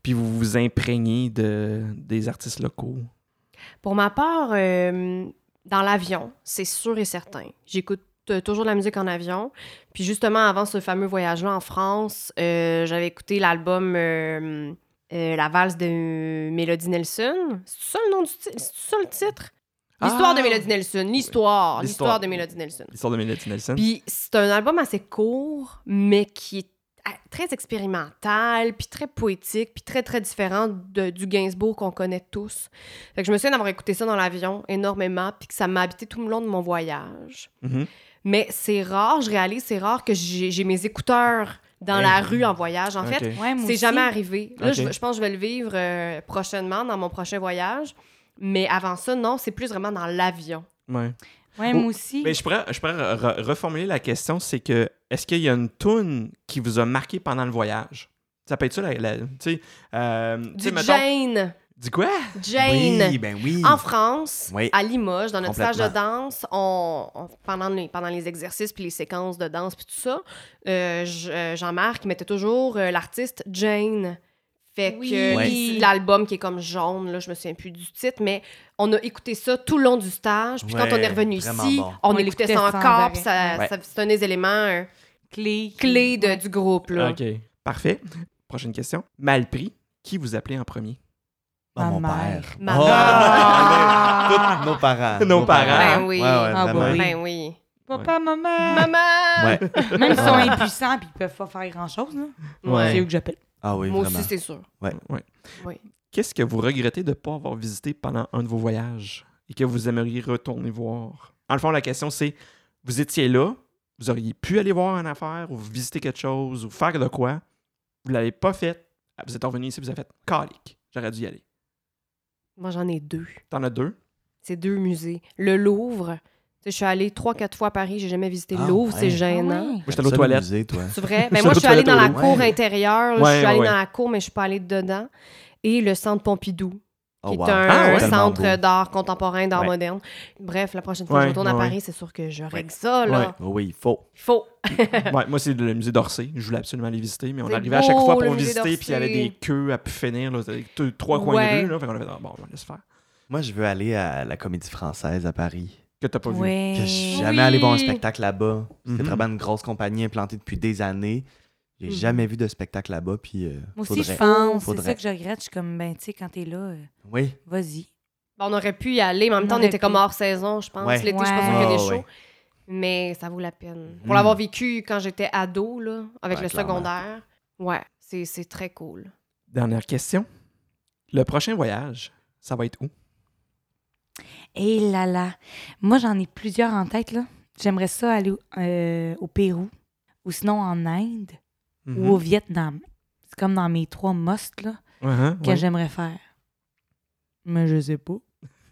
Speaker 1: puis vous vous imprégnez de des artistes locaux?
Speaker 2: Pour ma part, euh, dans l'avion, c'est sûr et certain. J'écoute euh, toujours de la musique en avion. Puis justement, avant ce fameux voyage-là en France, euh, j'avais écouté l'album euh, euh, La valse de Mélodie Nelson. C'est ça le nom du titre? C'est ça le titre? L'histoire
Speaker 1: Ah!
Speaker 2: de Mélodie Nelson. L'histoire.
Speaker 1: Oui.
Speaker 2: L'histoire de
Speaker 1: L'histoire.
Speaker 2: Mélodie Nelson.
Speaker 1: L'histoire de Mélodie Nelson.
Speaker 2: Puis c'est un album assez court, mais qui est ah, très expérimental, puis très poétique, puis très, très différent de- du Gainsbourg qu'on connaît tous. Fait que je me souviens d'avoir écouté ça dans l'avion énormément, puis que ça m'a habité tout le long de mon voyage.
Speaker 1: Mhm.
Speaker 2: Mais c'est rare, je réalise, c'est rare que j'ai j'ai mes écouteurs dans
Speaker 1: Hey.
Speaker 2: la rue en voyage. En
Speaker 1: Ok.
Speaker 2: fait,
Speaker 4: Ouais, moi
Speaker 2: c'est
Speaker 4: aussi.
Speaker 2: jamais arrivé. Là,
Speaker 1: Ok.
Speaker 2: je, je pense que je vais le vivre euh, prochainement, dans mon prochain voyage. Mais avant ça, non, c'est plus vraiment dans l'avion.
Speaker 1: Ouais.
Speaker 4: Ouais,
Speaker 1: Oh,
Speaker 4: moi aussi.
Speaker 1: Mais je pourrais, je pourrais re- reformuler la question, c'est que est-ce qu'il y a une tune qui vous a marqué pendant le voyage? Ça peut être ça, la, la- tu sais, euh, tu sais,
Speaker 2: Du
Speaker 1: mettons-
Speaker 2: Jane!
Speaker 1: Dis quoi?
Speaker 2: Jane!
Speaker 3: Oui, ben oui.
Speaker 2: En France,
Speaker 3: Oui.
Speaker 2: à Limoges, dans notre stage de
Speaker 3: Complètement.
Speaker 2: danse, on, on- pendant, les, pendant les exercices puis les séquences de danse puis tout ça, euh, je- euh, Jean-Marc mettait toujours euh, l'artiste Jane. Fait que
Speaker 4: Oui.
Speaker 2: euh,
Speaker 4: Ouais.
Speaker 2: c'est l'album qui est comme jaune, là, je me souviens plus du titre, mais on a écouté ça tout le long du stage. Puis quand
Speaker 3: Ouais,
Speaker 2: on est revenu
Speaker 3: vraiment
Speaker 2: ici,
Speaker 3: bon.
Speaker 2: on,
Speaker 4: On
Speaker 2: écoutait
Speaker 4: écoutait
Speaker 2: ça
Speaker 4: sans
Speaker 2: encore. puis
Speaker 4: arrêt.
Speaker 2: ça-
Speaker 3: Ouais.
Speaker 2: ça- c'est un des éléments euh,
Speaker 4: Clé.
Speaker 2: clés de- du groupe. Là.
Speaker 1: OK. Parfait. Prochaine question. Mal pris, qui vous appelez en premier?
Speaker 3: Ah, mon
Speaker 4: Ma mère.
Speaker 3: père.
Speaker 2: Ma
Speaker 3: Oh,
Speaker 2: mère.
Speaker 3: ben, tous nos parents.
Speaker 1: Nos parents.
Speaker 2: Ben oui.
Speaker 3: Ouais, ouais,
Speaker 4: Ah, bah
Speaker 3: vraiment.
Speaker 4: oui.
Speaker 2: Ben oui.
Speaker 4: Papa, maman.
Speaker 2: Maman!
Speaker 3: Ouais.
Speaker 4: Même s'ils sont
Speaker 3: Ouais.
Speaker 4: impuissants puis ils peuvent pas faire grand chose là.
Speaker 1: Ouais.
Speaker 4: C'est eux que j'appelle.
Speaker 3: Ah oui,
Speaker 2: Moi
Speaker 3: vraiment.
Speaker 2: aussi, c'est sûr.
Speaker 1: Ouais.
Speaker 2: Oui.
Speaker 1: Qu'est-ce que vous regrettez de ne pas avoir visité pendant un de vos voyages et que vous aimeriez retourner voir? En le fond, la question, c'est vous étiez là, vous auriez pu aller voir une affaire ou visiter quelque chose ou faire de quoi. Vous l'avez pas fait. Ah, Vous êtes revenu ici, vous avez fait calique. J'aurais dû y aller.
Speaker 2: Moi, j'en ai deux.
Speaker 1: T'en as deux?
Speaker 2: C'est deux musées. Le Louvre, tu sais, je suis allée trois, quatre fois à Paris, j'ai jamais visité le
Speaker 3: Ah,
Speaker 2: Louvre,
Speaker 3: ouais.
Speaker 2: c'est
Speaker 4: Ah
Speaker 2: gênant.
Speaker 4: ouais.
Speaker 1: Moi, j'étais
Speaker 3: T'aimes
Speaker 1: aux
Speaker 3: ça, le
Speaker 1: toilettes.
Speaker 3: musée, toi?
Speaker 2: C'est vrai? Ben
Speaker 1: Ça doit
Speaker 2: moi, je suis allée
Speaker 1: être
Speaker 2: dans la
Speaker 1: au-
Speaker 2: cour
Speaker 3: ouais.
Speaker 2: intérieure, là,
Speaker 1: Ouais,
Speaker 2: je suis allée
Speaker 1: ouais.
Speaker 2: dans la cour, mais je suis pas allée dedans. Et le centre Pompidou,
Speaker 3: Oh,
Speaker 2: qui
Speaker 3: wow.
Speaker 2: est un
Speaker 1: Ah, ouais.
Speaker 3: Tellement
Speaker 2: centre
Speaker 3: beau.
Speaker 2: d'art contemporain, d'art
Speaker 3: Ouais.
Speaker 2: moderne. Bref, la prochaine fois que
Speaker 1: Ouais,
Speaker 2: je retourne à
Speaker 1: ouais,
Speaker 2: Paris, c'est sûr que je règle ça, là.
Speaker 1: Ouais.
Speaker 3: Oh Oui, il faut.
Speaker 2: Faut.
Speaker 1: Ouais, moi, c'est le musée d'Orsay. Je voulais absolument aller visiter, mais on
Speaker 2: C'est
Speaker 1: arrivait à chaque
Speaker 2: beau,
Speaker 1: fois
Speaker 2: le
Speaker 1: pour
Speaker 2: musée
Speaker 1: visiter, puis il y avait
Speaker 2: d'Orsay.
Speaker 1: des queues à pu finir, là, avec deux- trois coins
Speaker 2: Ouais.
Speaker 1: de rue. Là, fait qu'on a fait, ah, bon, on laisse faire.
Speaker 3: Moi, je veux aller à la Comédie Française à Paris.
Speaker 1: Que t'as pas vu.
Speaker 4: Ouais.
Speaker 3: Que je suis
Speaker 2: Oui.
Speaker 3: jamais allé voir un spectacle là-bas.
Speaker 1: Mhm.
Speaker 3: C'est vraiment une grosse compagnie implantée depuis des années. J'ai
Speaker 2: Mhm.
Speaker 3: jamais vu de spectacle là-bas, puis euh,
Speaker 4: Moi aussi,
Speaker 3: faudrait.
Speaker 4: je pense. C'est
Speaker 3: Faudrait.
Speaker 4: ça que je regrette. Je suis comme, ben, tu sais, quand t'es là, euh,
Speaker 3: Oui,
Speaker 4: vas-y.
Speaker 2: Ben, On aurait pu y aller, mais en même
Speaker 4: On
Speaker 2: temps, on
Speaker 4: aurait
Speaker 2: était
Speaker 4: pu.
Speaker 2: comme hors saison, je pense.
Speaker 3: Ouais.
Speaker 2: L'été, je pense qu'il y a
Speaker 3: Ouais.
Speaker 2: des
Speaker 3: Ah,
Speaker 2: shows.
Speaker 3: ouais.
Speaker 2: Mais ça vaut la peine.
Speaker 3: Mm.
Speaker 2: Pour l'avoir vécu quand j'étais ado, là, avec
Speaker 3: Ouais,
Speaker 2: le
Speaker 3: clairement.
Speaker 2: secondaire, ouais, c'est c'est très cool.
Speaker 1: Dernière question. Le prochain voyage, ça va être où?
Speaker 4: Et là là. Moi, j'en ai plusieurs en tête, là. J'aimerais ça aller au- euh, au Pérou ou sinon en Inde
Speaker 1: Mhm.
Speaker 4: ou au Vietnam. C'est comme dans mes trois must, là,
Speaker 1: Uh-huh,
Speaker 4: que
Speaker 1: ouais.
Speaker 4: j'aimerais faire. Mais je sais pas.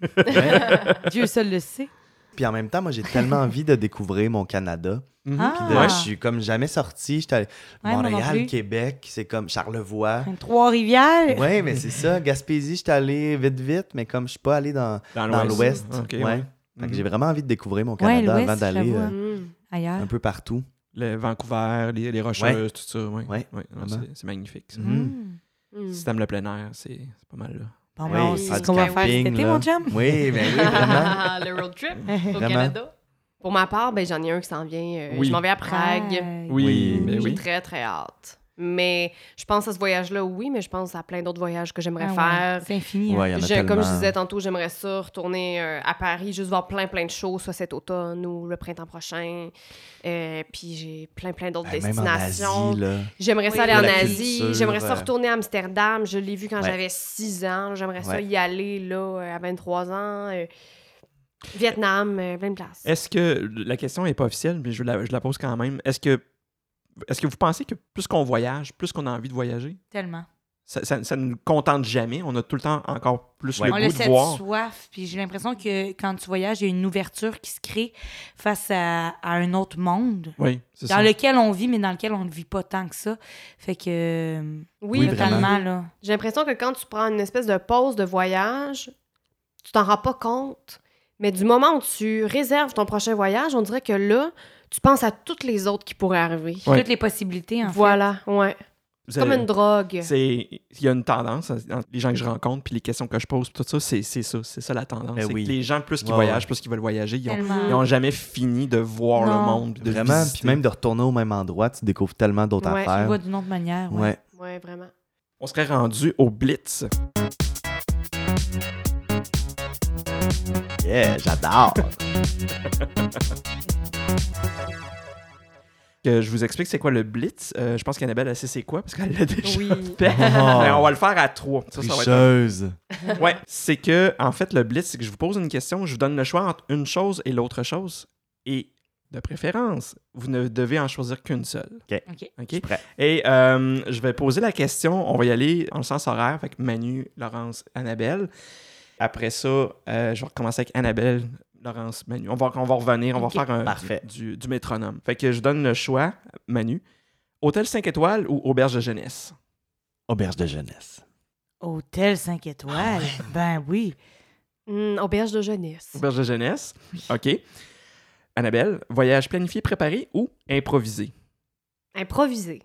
Speaker 4: Dieu seul le sait.
Speaker 3: Puis en même temps, moi, j'ai tellement envie de découvrir mon Canada.
Speaker 1: Mhm.
Speaker 4: Ah.
Speaker 3: Puis de- je suis comme jamais sorti. J'étais allé-
Speaker 4: Ouais, moi non
Speaker 3: Montréal,
Speaker 4: plus.
Speaker 3: Québec, c'est comme Charlevoix.
Speaker 4: Trois-Rivières.
Speaker 3: Ouais, mais c'est ça. Gaspésie, j'étais allé vite, vite, mais comme je suis pas allé dans, dans l'Ouest.
Speaker 1: Ok,
Speaker 3: ouais.
Speaker 1: ouais.
Speaker 3: Fait que
Speaker 1: Mhm.
Speaker 3: j'ai vraiment envie de découvrir mon
Speaker 4: Ouais,
Speaker 3: Canada
Speaker 4: l'Ouest,
Speaker 3: avant d'aller
Speaker 4: j'avoue,
Speaker 3: euh,
Speaker 4: hein.
Speaker 2: Mm.
Speaker 4: Ailleurs.
Speaker 3: un peu partout.
Speaker 1: Le Vancouver, les, les Rocheuses, tout ça. Ouais.
Speaker 3: Ouais,
Speaker 1: Ouais, non,
Speaker 3: vraiment.
Speaker 1: c'est- c'est magnifique. ça.
Speaker 3: Mhm.
Speaker 4: Mm.
Speaker 2: Mm.
Speaker 1: Si t'aimes le plein air, c'est c'est pas mal là.
Speaker 4: Bon,
Speaker 3: Oui,
Speaker 4: ben, on
Speaker 2: faire
Speaker 4: sait ce
Speaker 2: du
Speaker 4: qu'on va faire cet
Speaker 3: camping,
Speaker 4: été,
Speaker 3: là.
Speaker 4: mon chum.
Speaker 3: Oui, mais Ben oui, vraiment.
Speaker 2: le road trip au
Speaker 3: Vraiment.
Speaker 2: Canada. Pour ma part, ben, j'en ai un qui s'en vient. euh,
Speaker 1: Oui.
Speaker 2: Je m'en vais à Prague.
Speaker 1: Oui,
Speaker 3: Oui.
Speaker 1: ben
Speaker 2: J'ai
Speaker 1: oui.
Speaker 2: très, très hâte. Mais je pense à ce voyage-là, oui, mais je pense à plein d'autres voyages que j'aimerais
Speaker 4: Ah ouais,
Speaker 2: faire.
Speaker 4: C'est infini. hein.
Speaker 3: Ouais, il y en a
Speaker 2: Je- comme je
Speaker 3: tellement.
Speaker 2: disais tantôt, j'aimerais ça retourner euh, à Paris, juste voir plein, plein de choses, soit cet automne ou le printemps prochain. Euh, puis j'ai plein, plein d'autres
Speaker 3: Ben, même en
Speaker 2: destinations.
Speaker 3: Asie, là.
Speaker 2: J'aimerais
Speaker 4: Oui.
Speaker 2: ça aller
Speaker 4: Pour
Speaker 2: en
Speaker 3: la
Speaker 2: Asie.
Speaker 3: culture,
Speaker 2: J'aimerais ça
Speaker 3: euh.
Speaker 2: retourner à Amsterdam. Je l'ai vu quand
Speaker 3: Ouais.
Speaker 2: j'avais 6 ans. J'aimerais ça
Speaker 3: Ouais.
Speaker 2: y aller là euh, à 23 ans. euh, Vietnam, euh, plein de places.
Speaker 1: Est-ce que la question est pas officielle, mais je la, je la pose quand même. Est-ce que est-ce que vous pensez que plus qu'on voyage, plus qu'on a envie de voyager,
Speaker 4: Tellement.
Speaker 1: ça, ça, ça ne nous contente jamais. On a tout le temps encore plus
Speaker 3: Ouais.
Speaker 1: le
Speaker 4: On
Speaker 1: goût
Speaker 4: a
Speaker 1: de
Speaker 4: cette
Speaker 1: voir.
Speaker 4: soif, puis j'ai l'impression que quand tu voyages, il y a une ouverture qui se crée face à, à un autre monde
Speaker 1: Oui, c'est
Speaker 4: dans
Speaker 1: ça.
Speaker 4: lequel on vit, mais dans lequel on ne vit pas tant que ça. Fait que, euh,
Speaker 2: Oui,
Speaker 3: Oui,
Speaker 2: vraiment.
Speaker 4: totalement, là.
Speaker 2: J'ai l'impression que quand tu prends une espèce de pause de voyage, tu t'en rends pas compte. Mais du moment où tu réserves ton prochain voyage, on dirait que là, tu penses à toutes les autres qui pourraient arriver.
Speaker 1: Ouais.
Speaker 4: Toutes les possibilités, en
Speaker 2: Voilà, ouais.
Speaker 1: Vous
Speaker 2: C'est comme
Speaker 1: avez-
Speaker 2: une drogue.
Speaker 1: c'est il y a une tendance dans les gens que je rencontre puis les questions que je pose puis tout ça c'est c'est ça c'est ça la tendance
Speaker 3: Ben
Speaker 1: C'est que
Speaker 3: oui.
Speaker 1: les gens plus qu'ils
Speaker 3: Ouais,
Speaker 1: voyagent
Speaker 3: ouais.
Speaker 1: plus qu'ils veulent voyager ils
Speaker 4: fait.
Speaker 1: ont,
Speaker 4: Tellement.
Speaker 1: ils ont jamais fini de voir le
Speaker 4: Non.
Speaker 1: monde puis de
Speaker 3: Vraiment,
Speaker 1: visiter.
Speaker 3: puis même de retourner au même endroit, tu découvres tellement d'autres
Speaker 2: Ouais.
Speaker 4: Tu
Speaker 3: affaires.
Speaker 4: vois d'une autre manière. Ouais.
Speaker 3: Ouais.
Speaker 2: Ouais, vraiment.
Speaker 1: on serait rendu au blitz
Speaker 3: Yeah, j'adore.
Speaker 1: que Euh, je vous explique c'est quoi le blitz Euh, je pense qu'Annabelle elle sait c'est quoi parce qu'elle l'a déjà
Speaker 2: Oui.
Speaker 1: fait.
Speaker 3: Ah.
Speaker 1: Mais on va le faire à trois Ça, ça va être-
Speaker 3: Tricheuse.
Speaker 1: ouais c'est que en fait le blitz c'est que je vous pose une question je vous donne le choix entre une chose et l'autre chose et de préférence vous ne devez en choisir qu'une seule
Speaker 4: OK.
Speaker 1: OK?
Speaker 3: suis prêt.
Speaker 1: Et euh, je vais poser la question. On va y aller en sens horaire avec Manu, Laurence, Annabelle. Après ça, euh, je vais recommencer avec Annabelle, Laurence, Manu. On va, on va revenir, on
Speaker 4: OK,
Speaker 1: va faire un,
Speaker 3: parfait.
Speaker 1: Du, du métronome. Fait que je donne le choix, Manu. Hôtel 5 étoiles ou auberge de jeunesse?
Speaker 3: Auberge de jeunesse.
Speaker 4: Hôtel 5 étoiles.
Speaker 1: Ah
Speaker 4: Ben oui.
Speaker 2: Hum, auberge de jeunesse.
Speaker 1: Auberge de jeunesse. OK. Annabelle, voyage planifié, préparé ou improvisé?
Speaker 2: Improvisé.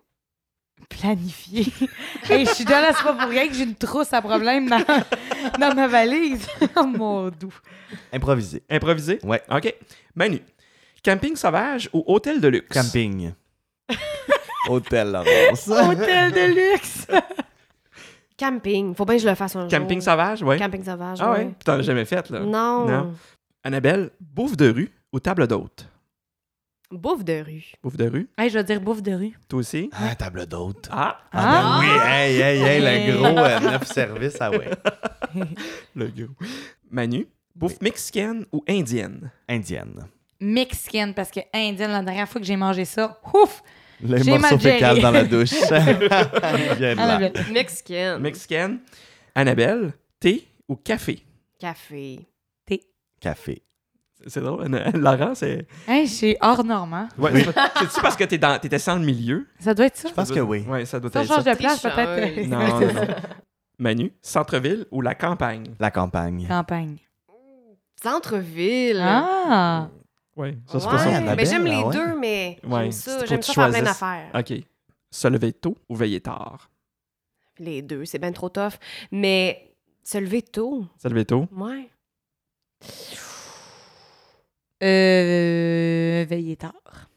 Speaker 4: Planifié. Hey, je suis dans la c'est pas pour rien que j'ai une trousse à problème dans, dans ma valise. oh mon doux.
Speaker 3: Improvisé.
Speaker 1: Improvisé?
Speaker 3: Ouais.
Speaker 1: OK. Manu, camping sauvage ou hôtel de luxe?
Speaker 3: Camping. Hôtel Laurence.
Speaker 4: Hôtel de luxe.
Speaker 2: Camping. Faut bien que je le fasse un
Speaker 1: Camping
Speaker 2: jour.
Speaker 1: sauvage, oui.
Speaker 2: Camping sauvage.
Speaker 1: Ah ouais?
Speaker 2: ouais.
Speaker 1: Puis T'en as jamais fait, là.
Speaker 2: Non.
Speaker 1: Non. Annabelle, bouffe de rue ou table d'hôte?
Speaker 2: Bouffe de rue.
Speaker 1: Bouffe de rue,
Speaker 4: Hey, je vais dire bouffe de rue.
Speaker 1: toi aussi?
Speaker 3: Ah, table d'hôte.
Speaker 1: Ah!
Speaker 4: Ah!
Speaker 3: Ah, ben oui, hey, hey, hey,
Speaker 4: Hey.
Speaker 3: le gros euh, neuf services, ah ouais.
Speaker 1: Le gars. Manu, bouffe mexicaine ou indienne?
Speaker 3: Indienne.
Speaker 4: Mexicaine, parce que indienne, la dernière fois que j'ai mangé ça, ouf!
Speaker 3: Les
Speaker 4: J'ai
Speaker 3: morceaux
Speaker 4: mal géré.
Speaker 3: fécales dans la douche. Viens de
Speaker 4: Ah, la
Speaker 3: là.
Speaker 4: blague.
Speaker 1: Ah.
Speaker 2: Mexicaine.
Speaker 1: Mexicaine. Annabelle, thé ou café?
Speaker 2: Café.
Speaker 3: Café.
Speaker 1: C'est drôle, Anna- Laurent, c'est...
Speaker 4: Hey, je suis hors norme, hein?
Speaker 1: Ouais, c'est pas- C'est-tu parce que t'es dans- t'étais sans le milieu?
Speaker 4: Ça doit être ça.
Speaker 3: pense que oui.
Speaker 1: Ouais, ça doit
Speaker 4: Si on
Speaker 1: être
Speaker 4: change
Speaker 1: ça.
Speaker 4: de place, peut-être. euh,
Speaker 2: Tricheuse.
Speaker 1: Non, non, non. Manu, centre-ville ou la campagne?
Speaker 3: La campagne.
Speaker 4: Campagne.
Speaker 2: Centre-ville.
Speaker 4: Ah!
Speaker 1: Ouais,
Speaker 2: Ouais,
Speaker 1: ça c'est pas ça.
Speaker 3: Annabelle,
Speaker 2: mais j'aime
Speaker 3: ah
Speaker 2: les
Speaker 3: ouais.
Speaker 2: deux, mais
Speaker 1: Ouais,
Speaker 2: j'aime
Speaker 1: c'est-
Speaker 2: ça.
Speaker 1: faut
Speaker 2: J'aime
Speaker 1: que
Speaker 2: ça
Speaker 1: tu
Speaker 2: faire plein
Speaker 1: choisisses.
Speaker 2: d'affaires.
Speaker 1: OK. Se lever tôt ou veiller tard?
Speaker 2: Les deux, c'est bien trop tough. Mais se lever tôt,
Speaker 1: Se lever tôt.
Speaker 2: ouais.
Speaker 4: Euh, veiller tard.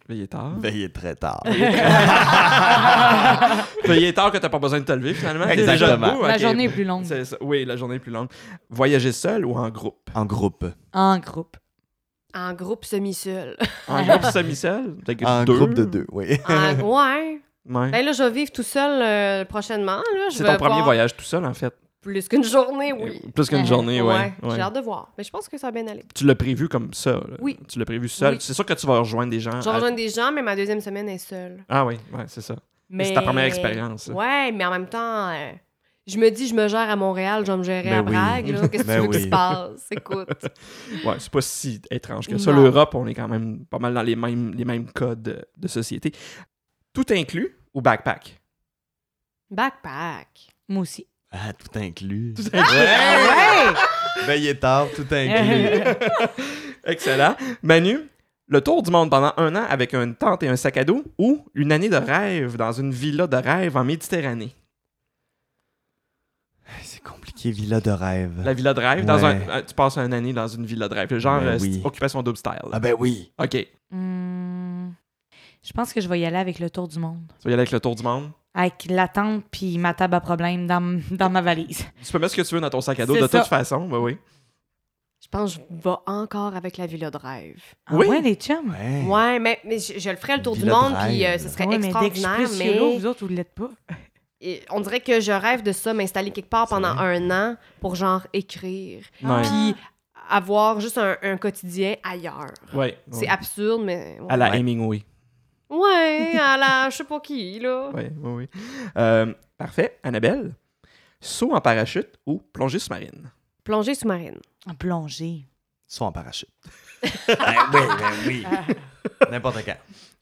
Speaker 1: Veillez tard.
Speaker 3: Veillez très tard.
Speaker 1: Veillez tard que t'as pas besoin de te lever finalement. T'es déjà
Speaker 3: Exactement.
Speaker 1: debout,
Speaker 4: La
Speaker 1: ok.
Speaker 4: journée est plus longue.
Speaker 1: C'est ça. Oui, la journée est plus longue. Voyager seul ou en groupe?
Speaker 3: en groupe.
Speaker 4: En groupe.
Speaker 2: En groupe semi-seul.
Speaker 1: En groupe semi-seul? Fait que
Speaker 3: En
Speaker 1: deux.
Speaker 3: groupe de deux, oui.
Speaker 2: En- ouais.
Speaker 1: Ouais.
Speaker 2: Ben là, je vais vivre tout seul euh, prochainement. là. Je
Speaker 1: C'est
Speaker 2: vais
Speaker 1: ton premier
Speaker 2: voir
Speaker 1: voyage tout seul, en fait.
Speaker 2: Plus qu'une journée, oui. Ben,
Speaker 1: Plus qu'une
Speaker 4: Euh,
Speaker 1: journée, ouais. ouais.
Speaker 2: J'ai hâte de voir. Mais je pense que ça va bien aller.
Speaker 1: Tu l'as prévu comme ça. là.
Speaker 2: Oui.
Speaker 1: Tu l'as prévu seul.
Speaker 2: Oui.
Speaker 1: C'est sûr que tu vas rejoindre des gens.
Speaker 2: Je
Speaker 1: Ah, à-
Speaker 2: rejoins des gens, mais ma deuxième semaine est seule.
Speaker 1: Ah oui, ouais, c'est ça. Mais
Speaker 2: Mais
Speaker 1: C'est ta première expérience.
Speaker 2: euh, Ouais, mais en même temps, euh, je me dis, je me gère à Montréal, je vais me gérer
Speaker 3: Ben
Speaker 2: à
Speaker 3: oui.
Speaker 2: Prague. là. Qu'est-ce que
Speaker 3: Ben
Speaker 2: tu veux
Speaker 3: oui.
Speaker 2: qu'il se passe? Écoute.
Speaker 1: Ouais, c'est pas si étrange que ça.
Speaker 2: Non.
Speaker 1: L'Europe, on est quand même pas mal dans les mêmes, les mêmes codes euh, de société. Tout inclus ou backpack?
Speaker 2: Backpack.
Speaker 4: Moi aussi. Ah
Speaker 3: Ah, tout inclus.
Speaker 1: Ah
Speaker 4: Ouais!
Speaker 3: Veillez tard, tout inclus.
Speaker 1: Excellent. Manu, le tour du monde pendant un an avec une tente et un sac à dos ou une année de rêve dans une villa de rêve en Méditerranée?
Speaker 3: C'est compliqué, villa de rêve.
Speaker 1: La villa de rêve, dans
Speaker 3: Ouais.
Speaker 1: un, euh, tu passes une année dans une villa de rêve. Le Genre
Speaker 3: Ben
Speaker 1: euh,
Speaker 3: oui.
Speaker 1: st- occupation double style. là.
Speaker 3: Ah ben oui.
Speaker 1: OK. Tu
Speaker 4: Hum, je pense que je vais y aller avec le tour du monde.
Speaker 1: vas y aller avec le tour du monde.
Speaker 4: Avec la tente puis ma table à problème dans, m- dans ma valise.
Speaker 1: Tu peux mettre ce que tu veux dans ton sac à dos,
Speaker 4: C'est
Speaker 1: de
Speaker 4: ça.
Speaker 1: toute façon. Ben oui.
Speaker 2: Je pense que je vais encore avec la villa de rêve.
Speaker 4: Ah
Speaker 1: Oui.
Speaker 4: ouais, les chums.
Speaker 3: Ouais.
Speaker 2: Ouais, mais, mais je, je le ferais le tour du
Speaker 3: Hein. Villa de
Speaker 2: monde, puis
Speaker 3: rêve.
Speaker 2: euh, ce serait
Speaker 4: Ouais, mais dès que je suis
Speaker 2: extraordinaire,
Speaker 4: plus
Speaker 2: mais,
Speaker 4: solo, vous autres, vous l'êtes pas.
Speaker 2: et on dirait que je rêve de ça, m'installer quelque part
Speaker 3: C'est
Speaker 2: pendant
Speaker 3: vrai.
Speaker 2: un an pour genre écrire,
Speaker 1: Ouais.
Speaker 2: puis avoir juste un, un quotidien ailleurs.
Speaker 1: Ouais.
Speaker 2: C'est
Speaker 1: ouais.
Speaker 2: absurde, mais... Ouais,
Speaker 1: À la
Speaker 3: Ouais.
Speaker 1: Hemingway.
Speaker 2: Ouais, à la je sais pas qui, là.
Speaker 1: Oui, oui, oui. Euh, parfait. Annabelle, saut en parachute ou plongée sous-marine?
Speaker 2: Plongée sous-marine.
Speaker 4: En plongée.
Speaker 3: Soit en parachute. ben oui, ben oui. N'importe quand.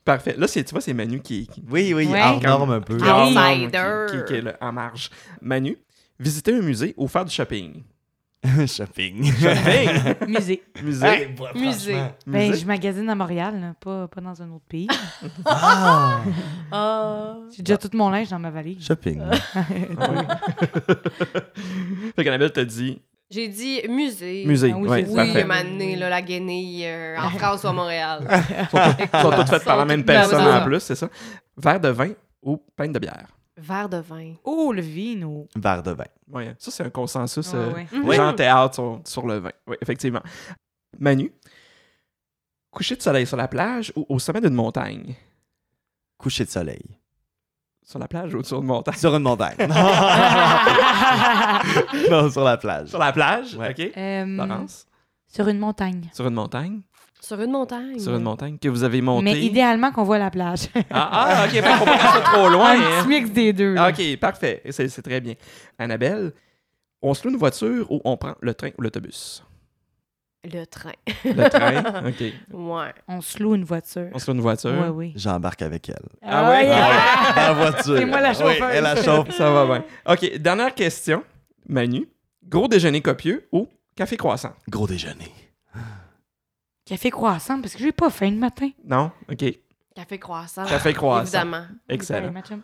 Speaker 1: Parfait. Là, c'est- tu vois, c'est Manu qui, qui,
Speaker 3: Oui, oui,
Speaker 4: Ouais.
Speaker 3: hors norme un
Speaker 4: Ah
Speaker 3: peu.
Speaker 1: qui est hors
Speaker 2: Outsider.
Speaker 1: norme, qui- qui- qui est le- en marge. Manu, visiter un musée ou faire du shopping?
Speaker 3: Shopping.
Speaker 1: Shopping!
Speaker 4: Musée.
Speaker 1: musée.
Speaker 2: Musée.
Speaker 3: Musée.
Speaker 4: Ben,
Speaker 1: musée.
Speaker 4: je magasine à Montréal, là, pas, pas dans un autre pays.
Speaker 3: Ah,
Speaker 4: J'ai déjà
Speaker 1: Bah.
Speaker 4: tout mon linge dans ma valise.
Speaker 3: shopping.
Speaker 1: Ah Fait qu'Annabelle t'a dit
Speaker 2: J'ai dit musée.
Speaker 1: musée.
Speaker 4: Ah oui,
Speaker 1: ouais,
Speaker 4: c'est
Speaker 2: Oui,
Speaker 4: ça.
Speaker 1: parfait.
Speaker 2: il m'a amené, là, la guenille euh, en France ou à Montréal.
Speaker 1: Ils sont toutes faites par la même
Speaker 2: Ben,
Speaker 1: personne
Speaker 2: c'est
Speaker 1: en
Speaker 2: ça.
Speaker 1: plus, c'est ça? Verre de vin ou pinte de bière?
Speaker 2: Verre de vin.
Speaker 4: Oh, le vino.
Speaker 3: Verre de vin.
Speaker 1: Ouais, ça, c'est un consensus.
Speaker 4: Ouais,
Speaker 1: euh,
Speaker 4: ouais.
Speaker 1: Les
Speaker 2: Mhm.
Speaker 1: gens en théâtre sont sur le vin. Oui, effectivement. Manu, coucher de soleil sur la plage ou au sommet d'une montagne?
Speaker 3: Coucher de soleil.
Speaker 1: Sur la plage ou sur une montagne?
Speaker 3: Sur une montagne. non, sur la plage.
Speaker 1: Sur la plage,
Speaker 3: Ouais.
Speaker 1: OK.
Speaker 4: Euh,
Speaker 1: Laurence,
Speaker 4: sur une montagne.
Speaker 1: sur une montagne,
Speaker 2: Sur une montagne.
Speaker 1: sur une montagne que vous avez montée.
Speaker 4: Mais idéalement qu'on voit la plage.
Speaker 1: Ah, ah, OK, ben, faut pas qu'elle soit trop loin.
Speaker 4: Un
Speaker 1: hein.
Speaker 4: petit mix des deux. là.
Speaker 1: OK, parfait. C'est c'est très bien. Annabelle, on se loue une voiture ou on prend le train ou l'autobus?
Speaker 2: Le train.
Speaker 1: Le train, OK.
Speaker 2: Ouais.
Speaker 4: On se loue une voiture.
Speaker 1: On se loue une voiture.
Speaker 4: Ouais, oui.
Speaker 3: J'embarque avec elle.
Speaker 1: Ah ouais?
Speaker 4: yeah!
Speaker 3: Dans la voiture.
Speaker 4: C'est moi la
Speaker 3: Oui,
Speaker 4: chauffeuse.
Speaker 3: elle la chauffe.
Speaker 1: Ça va bien. OK, dernière question. Manu, gros déjeuner copieux ou café croissant?
Speaker 3: Gros déjeuner.
Speaker 4: Café croissant, parce que j'ai pas faim le matin.
Speaker 1: Non? OK.
Speaker 2: Café croissant.
Speaker 1: Café croissant.
Speaker 2: Ah, Évidemment.
Speaker 1: Excellent.
Speaker 4: Allez, ma chum.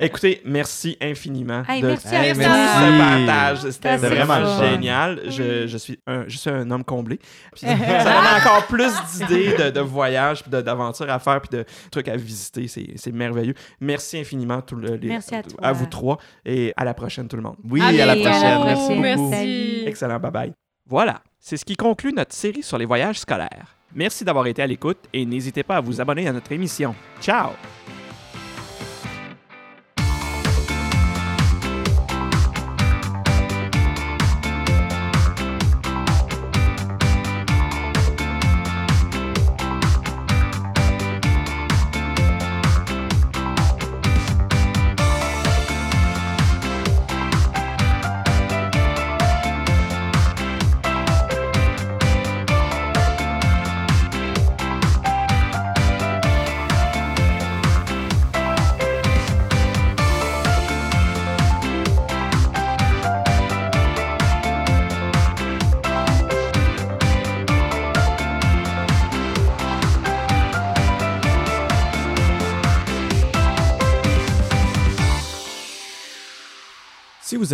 Speaker 1: Écoutez, merci infiniment
Speaker 4: Hey,
Speaker 1: de
Speaker 4: merci,
Speaker 3: Hey,
Speaker 4: à vous.
Speaker 3: merci.
Speaker 1: tout ce partage. C'était
Speaker 4: C'était
Speaker 1: vraiment
Speaker 3: vraiment le fun.
Speaker 1: génial. Je, je suis un, je suis un homme comblé. Puis ça donne encore plus d'idées de, de voyages, puis de- d'aventures à faire, puis de trucs à visiter. C'est c'est merveilleux. Merci infiniment tout le- les-
Speaker 4: Merci à
Speaker 1: à
Speaker 4: toi.
Speaker 1: vous trois et à la prochaine tout le monde.
Speaker 3: Oui,
Speaker 2: Allez,
Speaker 3: à la
Speaker 4: Allez,
Speaker 3: prochaine.
Speaker 2: à la
Speaker 3: Merci
Speaker 2: prochaine.
Speaker 3: beaucoup.
Speaker 2: Merci.
Speaker 4: Salut.
Speaker 1: Excellent, bye bye. Voilà, c'est ce qui conclut notre série sur les voyages scolaires. Merci d'avoir été à l'écoute et n'hésitez pas à vous abonner à notre émission. Ciao! Si vous